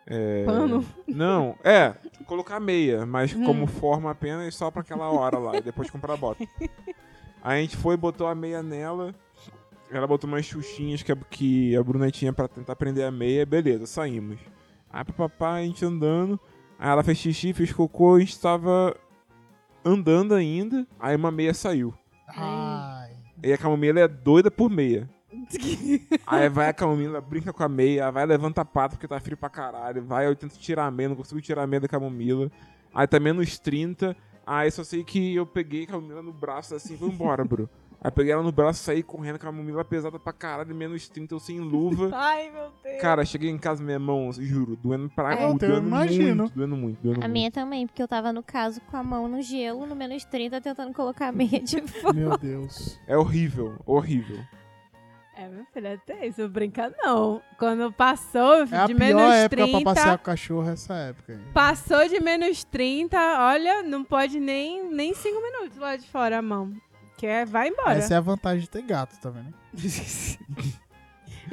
C: É.
A: Pano.
C: Não, é, colocar meia, mas
A: Hum.
C: como forma apenas só pra aquela hora lá, e depois comprar a bota. Aí a gente foi, botou a meia nela, ela botou umas xuxinhas que a, que a Bruna tinha pra tentar prender a meia, beleza, saímos. Aí papapá, a gente andando, aí ela fez xixi, fez cocô, a gente tava andando ainda, aí uma meia saiu.
B: Ai.
C: E a camomila é doida por meia. Aí vai a Camomila, brinca com a meia, vai levanta a pata porque tá frio pra caralho, vai, eu tento tirar a meia, não consigo tirar a meia da Camomila. Aí tá menos 30, aí só sei que eu peguei a Camomila no braço assim, vambora, bro. Aí peguei ela no braço, saí correndo com a Camomila pesada pra caralho, menos 30, eu sem luva.
A: Ai, meu Deus.
C: Cara, cheguei em casa, minha mão, juro, doendo pra
D: É.
C: cu,
B: Puta, então eu
C: doendo
B: imagino.
C: muito, doendo muito, doendo
D: A
C: muito.
D: minha também, porque eu tava no caso com a mão no gelo, no menos 30, tentando colocar a meia de volta.
B: Meu Deus.
C: É horrível, horrível.
A: É, meu filho, é tenso. Brinca não. Quando passou
B: É a
A: de
B: pior
A: menos
B: época
A: 30...
B: pra passear com cachorro essa época. aí.
A: Passou de menos 30, olha, não pode nem 5 nem cinco minutos lá de fora a mão. Que é, vai embora.
B: Essa é a vantagem de ter gato, tá vendo? é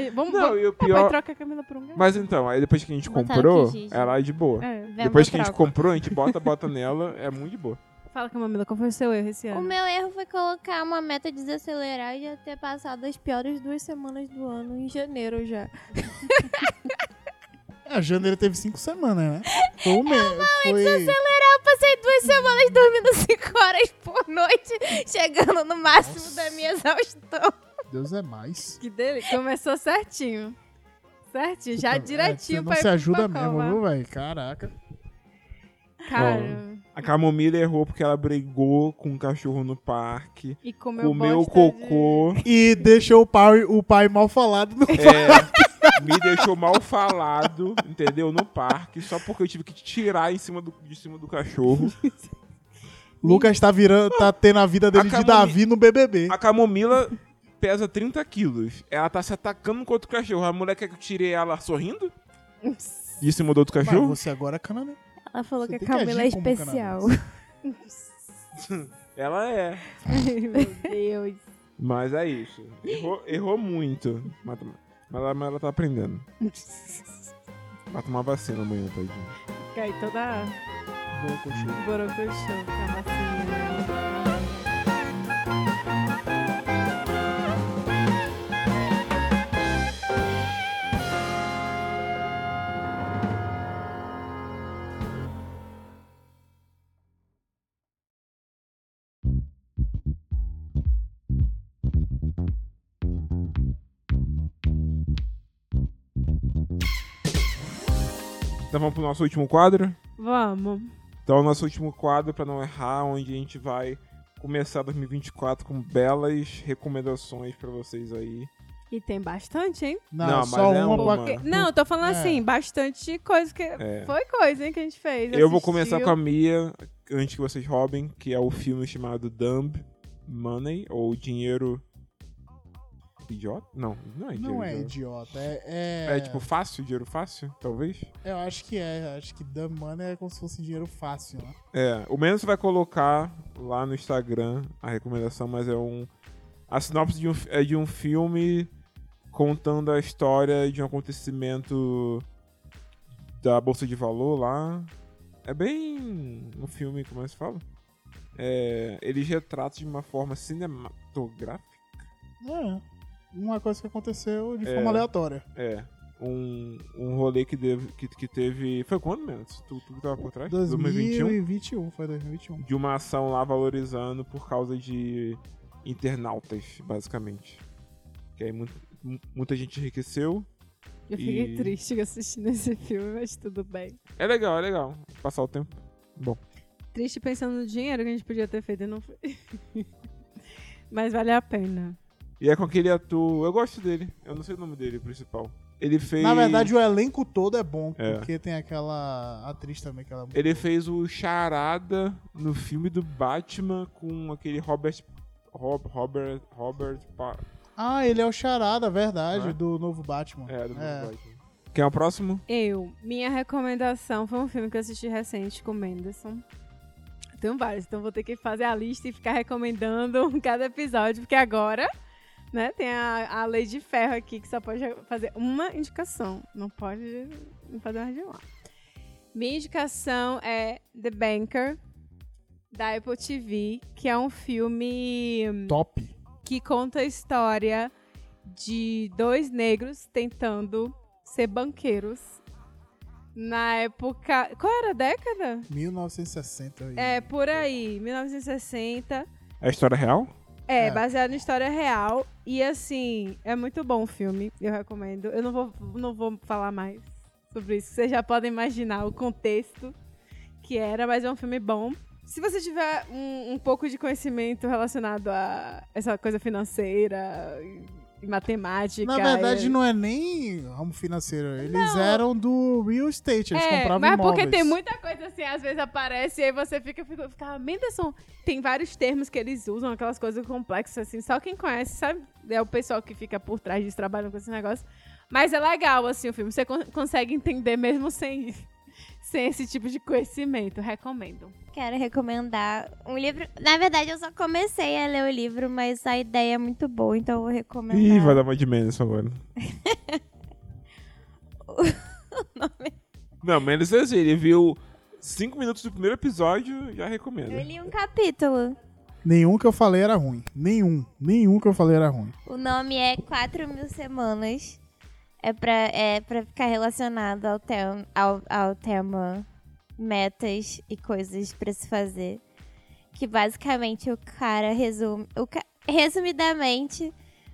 A: E Vamos,
C: Não,
A: vamos
C: e o
A: papai,
C: pior.
A: troca a Camila por um gato.
C: Mas então, aí depois que a gente
D: Botaram
C: comprou,
D: aqui, Gigi.
C: ela é de boa.
A: É.
C: Depois que a gente comprou, a gente bota, bota nela, é muito de boa.
A: Fala, Camila, qual foi o seu erro esse
D: O
A: ano?
D: meu erro foi colocar uma meta de desacelerar e já ter passado as piores duas semanas do ano em janeiro já.
B: É, janeiro teve cinco semanas, né? Foi
A: Ah,
B: um mês. Foi...
D: Desacelerar, eu passei duas semanas dormindo cinco horas por noite, chegando no máximo da minha exaustão.
B: Deus é mais.
A: Que é dele começou certinho. Certinho, já
B: Puta,
A: direitinho
B: é,
A: pra
B: você não
A: ir
B: se
A: pro
B: ajuda
A: Copacabana.
B: mesmo, viu, velho? Caraca.
A: Cara,
C: A Camomila errou porque ela brigou com um cachorro no parque,
A: e comeu
C: comeu o
A: bosta
C: cocô,
B: E deixou o pai, o pai mal falado no
C: é, me deixou mal falado, entendeu? No parque, só porque eu tive que tirar em cima do, de cima do cachorro.
B: Lucas tá virando, tá tendo a vida dele
C: A
B: de
C: Camone-
B: Davi no BBB.
C: A Camomila pesa 30 quilos, ela tá se atacando com outro cachorro. A mulher quer que eu tire ela sorrindo? De cima do outro
B: Mas
C: cachorro?
B: você agora é canadense.
D: Ela falou
B: Você
D: que
B: tem
D: a
B: que
D: Camila é
B: agir como
D: especial.
C: Ela é.
A: de- Meu Deus.
C: Mas é isso. Errou, errou muito. Mas, mas ela, mas ela tá aprendendo. Vai tomar vacina amanhã, tá, tadinho.
A: Cai toda borocochô com a vacina.
C: Então vamos pro nosso último quadro?
A: Vamos.
C: Então, o nosso último quadro, pra não errar, onde a gente vai começar 2024 com belas recomendações pra vocês aí.
A: E tem bastante, hein?
B: Não,
C: Não,
B: só
C: mas é
B: uma
C: uma.
B: pra...
A: Porque- não, eu tô falando
B: É.
A: assim, bastante coisa que.
C: É.
A: Foi coisa, hein, que a gente fez.
C: Eu vou
A: assistiu.
C: começar com a Mia, antes que vocês roubem, que é o filme chamado Dumb Money, ou Dinheiro Idiota? Não, não é dinheiro.
B: Não é
C: idiota.
B: idiota, é, é...
C: É tipo fácil, dinheiro fácil, talvez?
B: Eu acho que é, eu acho que dumb money é como se fosse dinheiro fácil, né?
C: É, o menos vai colocar lá no Instagram a recomendação, mas é um. A sinopse de um, fi- é de um filme contando a história de um acontecimento da Bolsa de Valor lá. É bem. um filme, como é que se fala? É, eles retratam de uma forma cinematográfica.
B: É, uma coisa que aconteceu de
C: É.
B: forma aleatória.
C: É. Um, um rolê que, deve, que, que teve. Foi quando, menos? Tu, tu que tava por trás? 2021?
B: 2021, foi 2021.
C: de uma ação lá valorizando por causa de internautas, basicamente. Que aí mu- mu- muita gente enriqueceu.
A: Eu fiquei
C: E-
A: triste assistindo esse filme, mas tudo bem.
C: É legal, é legal. Passar o tempo. Bom,
A: Triste pensando no dinheiro que a gente podia ter feito e não foi. mas vale a pena.
C: e é com aquele ator. Eu gosto dele. Eu não sei o nome dele, principal. Ele fez.
B: Na verdade, o elenco todo é bom,
C: É.
B: porque tem aquela atriz também que ela... é
C: Ele fez o Charada no filme do Batman com aquele Robert. Rob, Robert. Robert. Pa-
B: Ah, ele é o Charada, verdade,
C: Não é?
B: do novo Batman.
C: É, do Batman. Quem é o próximo?
A: Eu, minha recomendação foi um filme que eu assisti recente com o Menderson. Tenho vários, então vou ter que fazer a lista e ficar recomendando cada episódio, porque agora, né, tem a, a lei de ferro aqui que só pode fazer uma indicação, não pode fazer mais de uma. Minha indicação é The Banker, da Apple TV, que é um filme
B: Top.
A: que conta a história de dois negros tentando ser banqueiros na época. Qual era a década?
B: 1960. aí.
A: É, por aí, 1960.
C: É a história real?
A: É,
B: É.
A: baseado em história real. E assim, é muito bom o filme. Eu recomendo. Eu não vou, não vou falar mais sobre isso. Vocês já podem imaginar o contexto que era, mas é um filme bom. Se você tiver um, um pouco de conhecimento relacionado a essa coisa financeira e- e matemática.
B: Na verdade,
A: e...
B: não é nem ramo financeiro. Eles eram do real estate, eles
A: É,
B: compravam
A: mas
B: imóveis.
A: porque tem muita coisa assim, às vezes aparece e aí você fica, fica, fica, Menderson, tem vários termos que eles usam, aquelas coisas complexas assim, só quem conhece sabe, é o pessoal que fica por trás disso, trabalhando com esse negócio. Mas é legal, assim, o filme, você con- consegue entender mesmo sem, sem esse tipo de conhecimento, recomendo.
D: Quero recomendar um livro. Na verdade, eu só comecei a ler o livro, mas a ideia é muito boa, então eu vou recomendar.
C: Ih, vai dar mais de Mendelssohn agora.
A: é
C: Não, Mendelssohn assim, ele viu 5 minutos do primeiro episódio, já recomendo.
D: Eu li um capítulo.
B: Nenhum que eu falei era ruim. Nenhum. Nenhum que eu falei era ruim.
D: O nome é 4 mil semanas. É pra, é pra ficar relacionado ao, tem, ao, ao tema metas e coisas pra se fazer. Que basicamente o cara resume. O ca- resumidamente,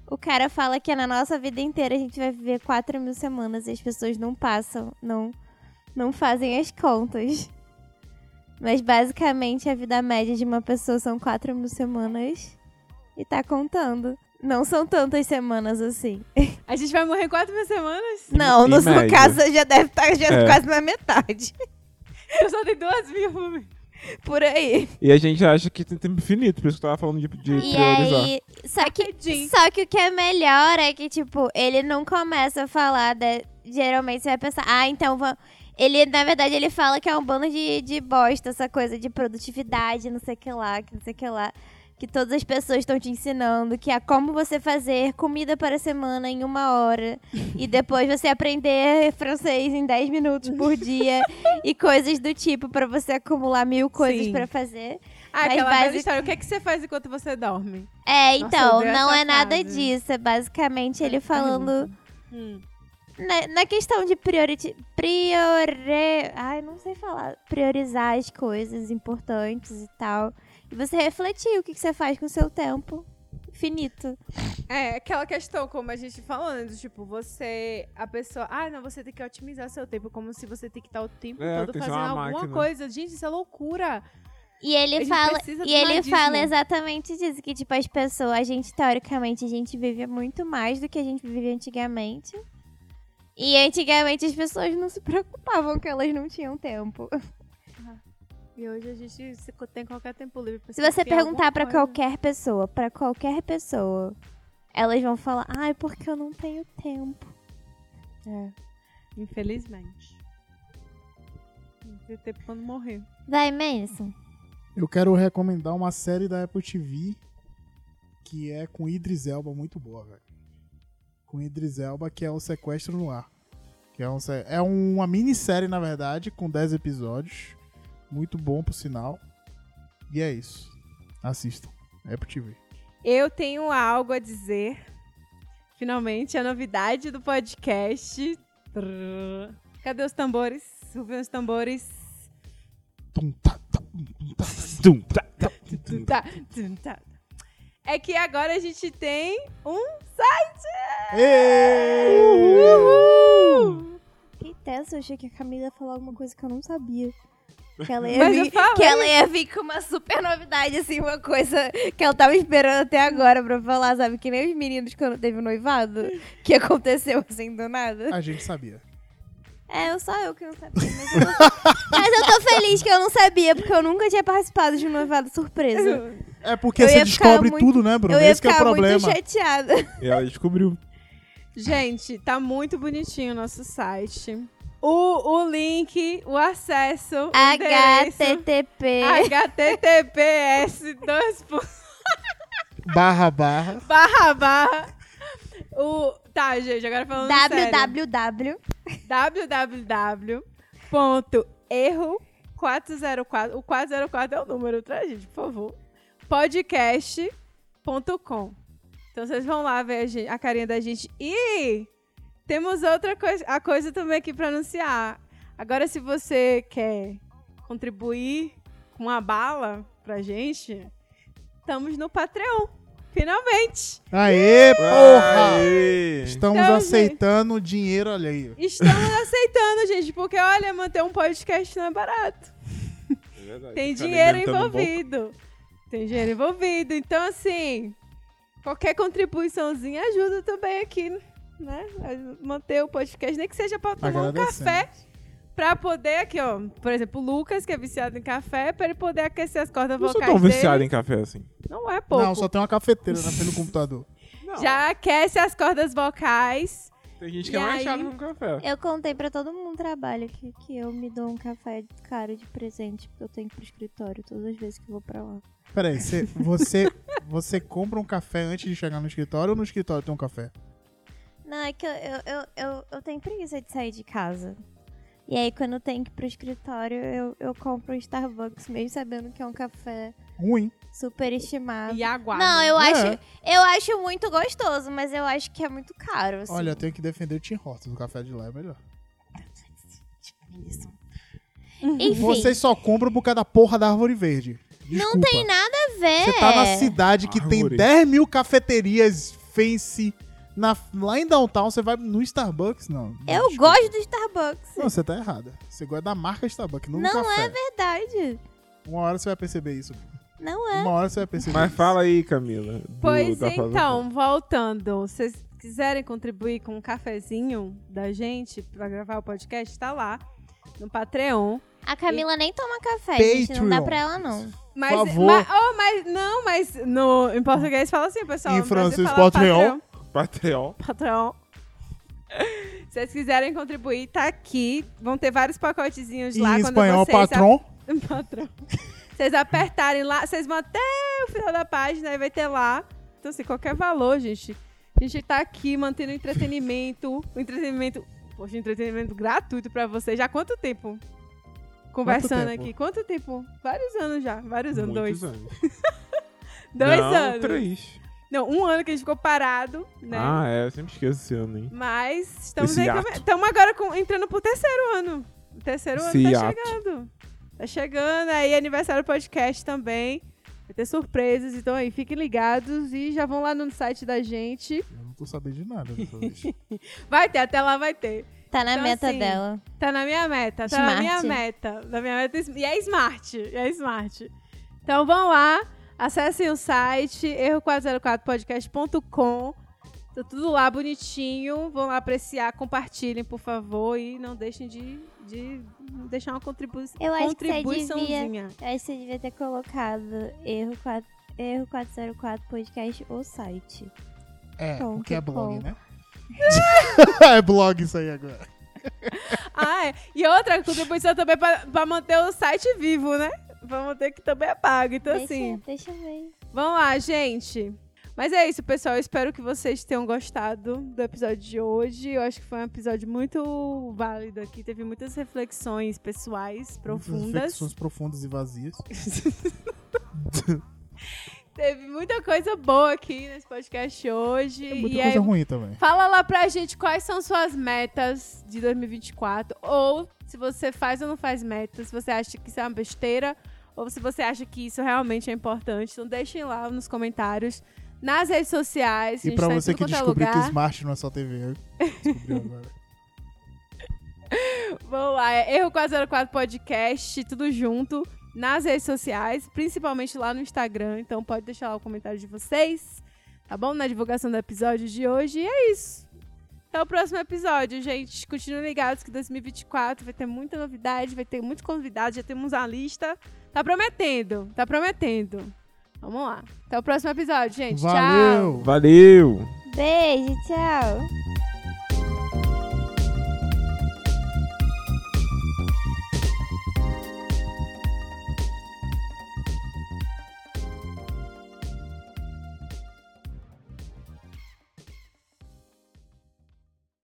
D: o cara fala que na nossa vida inteira a gente vai viver 4 mil semanas e as pessoas não passam, não, não fazem as contas. Mas basicamente a vida média de uma pessoa são 4 mil semanas e tá contando. Não são tantas semanas assim.
A: A gente vai morrer quatro mil semanas?
D: Não,
C: em
D: no seu
C: média.
D: caso já deve estar já
C: É.
D: quase na metade.
A: Eu só tenho duas mil. mami.
D: Por aí.
C: E a gente acha que tem tempo infinito, por isso que eu tava falando de, de
D: E
C: priorizar.
D: aí, só que,
A: Rapidinho.
D: Tá só que o que é melhor é que, tipo, ele não começa a falar. da- geralmente você vai pensar, ah, então vamos. Ele, na verdade, ele fala que é um bando de, de bosta, essa coisa de produtividade, não sei o que lá, que não sei o que lá. Que todas as pessoas estão te ensinando, que é como você fazer comida para a semana em uma hora. e depois você aprender francês em 10 minutos por dia. e coisas do tipo, para você acumular mil coisas
A: Sim.
D: para fazer.
A: Ah,
D: Mas
A: aquela velha
D: basic-
A: história, o que, é que você faz enquanto você dorme?
D: É,
A: Nossa,
D: então,
A: eu odeio
D: não
A: essa
D: é nada
A: frase.
D: disso. É basicamente ele falando
A: Hum.
D: na, na questão de priority, priore, ai, não sei falar, priorizar as coisas importantes e tal. E você refletir o que, que você faz com o seu tempo finito.
A: É, aquela questão, como a gente falou, né? Do tipo, você. A pessoa. Ah, não, você tem que otimizar seu tempo. Como se você tem que estar o tempo
C: É,
A: todo
C: tem que ser
A: fazendo
C: uma
A: alguma
C: máquina.
A: coisa. Gente, isso é loucura.
D: E
A: A
D: ele
A: gente
D: fala,
A: precisa
D: e
A: do
D: ele
A: nadismo.
D: fala exatamente disso que tipo as pessoas, a gente teoricamente a gente vive muito mais do que a gente vivia antigamente. E antigamente as pessoas não se preocupavam que elas não tinham tempo.
A: E hoje a gente se- tem qualquer tempo livre. pra
D: Se você
A: criar
D: perguntar
A: alguma
D: pra
A: coisa.
D: qualquer pessoa, pra qualquer pessoa, elas vão falar: "Ai, porque eu não tenho tempo".
A: Infelizmente. Não tem tempo quando morrer.
D: Vai, Manson.
B: Eu quero recomendar uma série da Apple TV que é com Idris Elba, muito boa, velho. Com Idris Elba, que é o Sequestro no Ar. Que é, um se- é uma minissérie, na verdade, com 10 episódios. Muito bom, por sinal. E é isso. Assistam. Apple TV.
A: Eu tenho algo a dizer. Finalmente, a novidade do podcast. Trrr. Cadê os tambores? Rufem os tambores.
B: Tum, tá, tá, tum, tá.
C: Tum, tá, tá, tum, tum.
A: Tum, tá, tum, tá. É que agora a gente tem um
B: Ê!
A: Uh!
D: Que tenso, eu achei que a Camila ia falar alguma coisa que eu não sabia. Que ela, ia
A: Mas eu
D: vir,
A: falei.
D: que ela ia vir com uma super novidade, assim, uma coisa que ela tava esperando até agora pra falar, sabe? Que nem os meninos quando teve o noivado, que aconteceu assim do nada.
B: A gente sabia.
D: É, eu só eu que não sabia. Mas eu tô, mas eu tô feliz que eu não sabia, porque eu nunca tinha participado de um noivado surpresa.
B: É porque
D: Eu
B: você
D: ia ficar
B: descobre
D: muito-
B: tudo, né, Bruno?
D: eu ia
B: Esse que é o
D: ficar muito
B: problema.
D: chateada.
C: E ela descobriu.
A: Gente, tá muito bonitinho o nosso site. O, o link, o acesso, o endereço,
D: HTTP.
A: https dois pontos,
B: Barra, barra.
A: barra barra o tá gente agora falando sério
D: www.
A: www.erro 404 o 404 é o número tá gente por favor podcast.com então vocês vão lá ver a, gente- a carinha da gente e temos outra coisa a coisa também aqui para anunciar agora se você quer contribuir com uma bala pra gente estamos no Patreon Finalmente!
B: Aê, porra!
C: Aê!
B: Estamos
A: Então,
B: aceitando o dinheiro alheio.
A: Estamos aceitando, gente, porque olha, manter um podcast não é barato.
C: É verdade,
A: Tem
C: ficar
A: dinheiro
C: alimentando um pouco.
A: envolvido. Tem dinheiro envolvido. Então, assim, qualquer contribuiçãozinha ajuda também aqui, né? A manter o podcast, nem que seja pra tomar um café.
B: Agradecemos.
A: Pra poder aqui, ó. Por exemplo, o Lucas, que é viciado em café, pra ele poder aquecer as cordas
C: Eu não sou
A: vocais
C: tão viciado
A: dele.
C: em café assim.
A: Não é pouco.
B: Não, só tem uma cafeteira na frente do computador.
A: Já aquece as cordas vocais.
C: Tem gente
A: que
C: que
A: é E
C: é
A: mais aí?
C: mais chata
A: chata
C: com café.
D: Eu contei pra todo mundo que trabalha que, que eu me dou um café caro de presente, porque eu tenho que ir pro escritório todas as vezes que eu vou pra lá.
B: Peraí, você, você, você compra um café antes de chegar no escritório ou no escritório tem um café?
D: Não, é que eu, eu, eu, eu, eu tenho preguiça de sair de casa. E aí, quando eu tenho que ir pro escritório, eu, eu compro um Starbucks, mesmo sabendo que é um café
B: Ruim.
D: super estimado.
A: E aguarda.
D: Ah. Não, eu
B: É.
D: acho, eu acho muito gostoso, mas eu acho que é muito caro. Assim.
B: Olha, eu tenho que defender o Tim Hortons. O café de lá é melhor.
D: Isso. Enfim,
B: Vocês só compram por causa da porra da árvore verde. Desculpa.
D: não tem né? nada a ver.
B: Você tá na cidade que tem
C: Árvore.
B: 10 mil cafeterias fancy na- lá em downtown, você vai no Starbucks? Não.
D: Eu
B: Desculpa.
D: gosto do Starbucks.
B: Não, você tá errada. Você gosta da marca Starbucks, não, do
D: Não
B: café.
D: é verdade.
B: Uma hora você vai perceber isso.
D: Não é.
B: Uma hora você vai perceber
C: Mas
B: isso.
C: fala aí, Camila. do-
A: Pois
B: tá
C: da Fazenda.
A: então, voltando, vocês quiserem contribuir com um cafezinho da gente pra gravar o podcast, tá lá no Patreon.
D: A Camila nem toma café, gente. Não dá
B: Patreon.
D: pra ela, não.
A: Mas,
B: Por favor.
A: mas- oh, mas- não, mas no, em português fala assim, pessoal.
B: Em
A: no Brasil
B: francês,
A: fala
B: Patreon.
C: Patreon.
A: Patreon. Se vocês quiserem contribuir, tá aqui. Vão ter vários pacotezinhos
B: Em
A: lá. quando
B: espanhol,
A: vocês a-
B: patrão.
A: patrão. Vocês apertarem lá, vocês vão até o final da página e vai ter lá. Então, assim, qualquer valor, gente. A gente tá aqui mantendo entretenimento. O entretenimento. Poxa, entretenimento gratuito pra vocês. Já há quanto tempo? Conversando
B: tempo?
A: aqui. Quanto tempo? Vários anos já. Vários anos.
C: Muitos
A: Dois.
C: anos.
A: Dois
C: Não,
A: anos.
C: Três.
A: Não, um ano que a gente ficou parado, né?
C: Ah, é. Eu sempre esqueço esse ano, hein?
A: Mas estamos
C: Esse
A: aí.
C: hiato.
A: Estamos agora com- entrando pro terceiro ano. O terceiro
C: Esse
A: ano tá
C: hiato.
A: chegando. Tá chegando aí, aniversário do podcast também. Vai ter surpresas, então aí fiquem ligados e já vão lá no site da gente.
B: Eu não tô sabendo de nada dessa vez.
A: Vai ter, até lá vai ter.
D: Tá na
A: Então,
D: meta
A: assim,
D: dela.
A: Tá na minha meta, tá na
D: Smart.
A: minha meta. Na minha meta e é smart, e é smart. Então vão lá, acessem o site erro404podcast.com. Tá tudo lá bonitinho. Vão lá apreciar, compartilhem, por favor, e não deixem de, de deixar uma contribui
D: Eu acho que você
A: contribuiçãozinha.
D: Eu acho que você devia ter colocado erro, quat- erro 404 podcast ou site.
B: É,
D: Bom,
B: porque é
D: que
B: blog,
D: bom.
B: né? é blog isso aí agora.
A: Ah, é. E outra contribuição também pra, pra manter o site vivo, né? Pra manter que também é pago. Então,
D: deixa,
A: assim.
D: deixa eu ver.
A: Vamos lá, gente. Mas é isso, pessoal. Eu espero que vocês tenham gostado do episódio de hoje. Eu acho que foi um episódio muito válido aqui. Teve muitas reflexões pessoais
B: Muitas
A: profundas.
B: Reflexões profundas e vazias.
A: Teve muita coisa boa aqui nesse podcast hoje.
B: é Muita
A: e é aí,
B: coisa ruim também.
A: fala lá pra gente quais são suas metas de 2024. Ou se você faz ou não faz metas, se você acha que isso é uma besteira, ou se você acha que isso realmente é importante. Então deixem lá nos comentários. Nas redes sociais, a
B: E
A: gente
B: pra
A: tá em
B: você
A: tudo
B: que
A: quanto é
B: descobriu que
A: lugar.
B: Smart não é só TV, eu descobri agora.
A: Vamos lá, é Erro 404 Podcast, tudo junto, nas redes sociais, principalmente lá no Instagram. Então pode deixar lá o comentário de vocês, tá bom? Na divulgação do episódio de hoje. E é isso. Até o próximo episódio, gente. Continuem ligados que 2024 vai ter muita novidade, vai ter muitos convidados, já temos a lista. Tá prometendo, tá prometendo. Vamos lá. Até o próximo episódio, gente. Tchau.
B: Valeu!
C: Valeu!
D: Beijo, tchau.